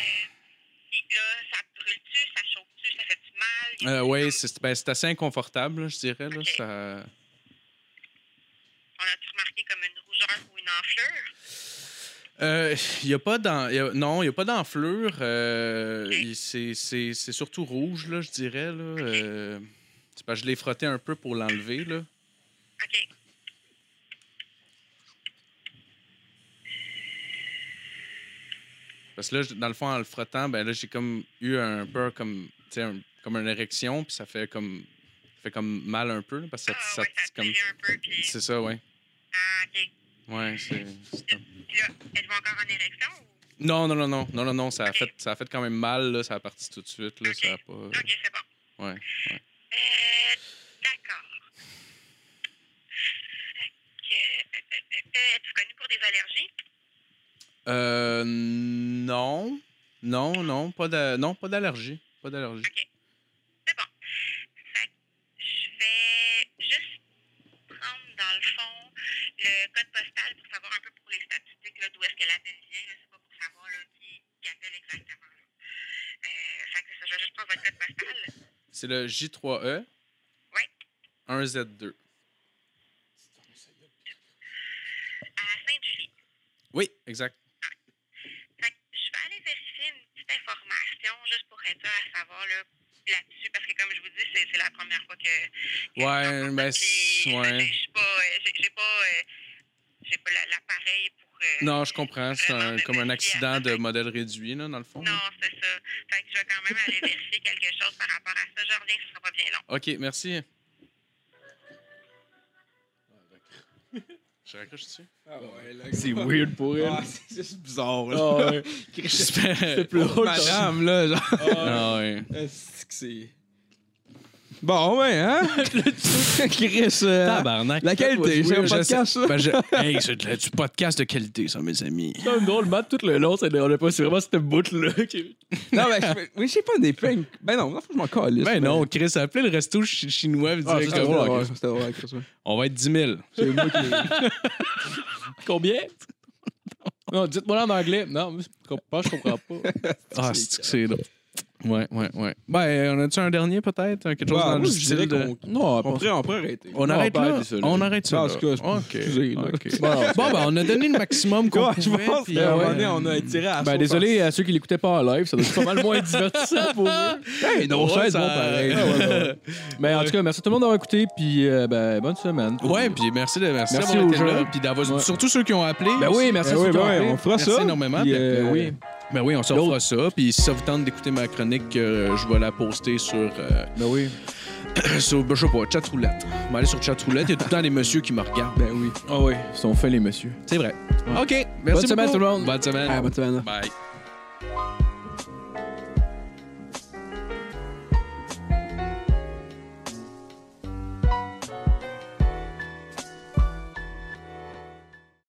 S9: puis là, ça brûle-tu, ça chauffe-tu, ça fait-tu mal? Y a-
S4: Euh, ouais, c'est ben, c'est assez inconfortable, là, je dirais là.
S9: Ok.
S4: Ça.
S9: On a-tu remarqué comme une rougeur ou une enflure?
S4: Euh, y a pas d'en- y a- non, il n'y a pas d'enflure. euh, y- c'est- c'est c'est surtout rouge, là, je dirais. Là, euh, c'est parce que je l'ai frotté un peu pour l'enlever. là.
S9: OK.
S4: Parce que là, je- dans le fond, en le frottant, ben là, j'ai comme eu un peu comme, tu sais, un- comme une érection, puis ça fait comme ça fait comme mal un peu. là, parce que ça,
S9: ah,
S4: ça-
S9: ouais, ça
S4: c'est comme-
S9: tire un peu, puis...
S4: c'est ça, ouais.
S9: Ah, OK.
S4: Ouais, c'est. c'est comme-
S9: Puis là, êtes-vous encore en érection? ou-
S4: Non, non, non, non, non, non, non, ça a
S9: Ok.
S4: fait, ça a fait quand même mal, là, ça a parti tout de suite, là, ça a pas.
S9: OK, c'est bon.
S4: Ouais.
S9: Euh, d'accord. Fait que, euh, euh, euh, Êtes-vous connu pour des allergies?
S4: Euh, non. Non, non, pas d'a- non, pas d'allergie. Pas d'allergie.
S9: C'est bon. Fait que je vais juste prendre, dans le fond, le code postal pour savoir un peu pour les statistiques là, d'où est-ce que l'appel vient. là. C'est pas pour savoir là, qui, qui appelle exactement. là. Euh, fait que c'est ça, je vais juste prendre votre code postal.
S4: C'est le E. J3E.
S9: Oui.
S4: 1Z2.
S9: À Saint-Julie.
S4: Oui, exact.
S9: Fait que je vais aller vérifier une petite information juste pour être sûre à savoir là, là-dessus, parce que comme je vous dis, c'est, c'est la première fois que. que
S4: Ouais,
S9: je t'entends,
S4: ben,
S9: puis,
S4: c'est- ouais.
S9: Je suis pas. euh, J'ai, j'ai pas, euh, j'ai pas la- l'appareil pour. euh,
S4: Non, je comprends. C'est
S9: Vraiment,
S4: un-
S9: mais
S4: comme un
S9: merci
S4: accident
S9: à-
S4: de modèle réduit, là, dans le fond.
S9: Non, c'est ça. Fait que je vais quand même aller vérifier quelque chose par rapport à ça. Je reviens, ce sera pas bien long.
S4: OK, merci. Ah, Je raccroche dessus.
S5: C'est
S3: weird pour
S5: Ah, c'est juste bizarre, là.
S3: Ah, ouais.
S4: J'espère.
S3: plus drôle.
S5: Madame, là, genre.
S4: Ah, ouais.
S5: Ah, c'est que c'est- Bon, ouais, hein? Chris, euh,
S4: Tabarnak.
S5: la qualité, c'est un podcast, ça.
S4: Ben, je... Hey, c'est de la- du podcast de qualité, ça, mes amis.
S3: C'est comme drôle, Matt, tout le long, c'est on a pas- c'est vraiment cette bout-là. qui-
S5: Non, ben, je fais- oui, c'est pas des pranks. Ben non, non, faut que je m'en calisse.
S4: Ben non, Chris, appelez le resto chi- chinois. vous
S5: Ah,
S4: direz
S5: ça, c'était
S4: comme-
S5: drôle, ouais, ça, c'était drôle, ouais, Chris, ouais.
S4: On va être 10 000.
S5: C'est moi qui-
S3: Combien? Non, dites-moi en anglais. Non, je comprends, je comprends pas.
S4: Ah, c'est que c'est drôle. Ouais, ouais, ouais. Ben, on a-tu un dernier peut-être? Quelque chose
S5: Bah,
S4: dans
S5: moi,
S4: le
S5: je dirais
S4: style de...
S5: qu'on
S3: Non,
S5: on pourrait- on pourrait arrêter.
S4: On
S3: on
S4: arrête
S3: parle
S4: là?
S3: de ça, là.
S4: On arrête ça.
S5: Ah, en tout cas,
S4: là.
S5: je-
S4: OK.
S5: excusez, là.
S4: OK. Bon, ben, on a donné le maximum qu'on
S5: euh, Ouais, je
S4: pouvait.
S5: pense
S4: puis,
S5: qu'à un
S4: ouais.
S5: moment donné, on a tiré à la
S3: Ben,
S5: sauce.
S3: désolé à ceux qui l'écoutaient pas en live, ça doit être pas mal moins divertissant pour eux.
S5: Hey, non,
S4: Ouais,
S5: ça va être
S4: ça-
S5: bon pareil.
S4: Ouais, ouais, ouais.
S3: Mais Ben, en tout cas, merci à tout le monde d'avoir écouté, puis euh, ben, bonne semaine.
S4: Ouais, puis merci de merci
S3: Merci
S4: d'avoir
S3: aux
S4: été
S3: gens.
S4: là, puis d'avoir
S3: Ouais.
S4: surtout ceux qui ont appelé.
S3: Ben oui, merci
S5: Eh
S3: à ceux
S5: oui,
S3: qui ont
S5: ben ouais,
S3: appelé.
S5: on fera ça.
S4: Merci énormément.
S5: Puis,
S4: Ben,
S5: euh,
S3: Ben oui,
S4: ben oui, on se refera ça. Puis si ça vous tente d'écouter ma chronique, euh, je vais la poster sur, euh,
S3: ben oui.
S4: sur ben, je sais pas, chatroulette. On va aller sur chatroulette. Il y a tout le temps des messieurs qui me regardent.
S5: Ben oui.
S3: Ah oui, ils sont faits les messieurs.
S4: C'est vrai. OK. Merci
S3: Bonne semaine,
S4: beaucoup.
S3: tout le monde.
S4: Bonne semaine.
S5: Ah, bonne semaine.
S4: Bye.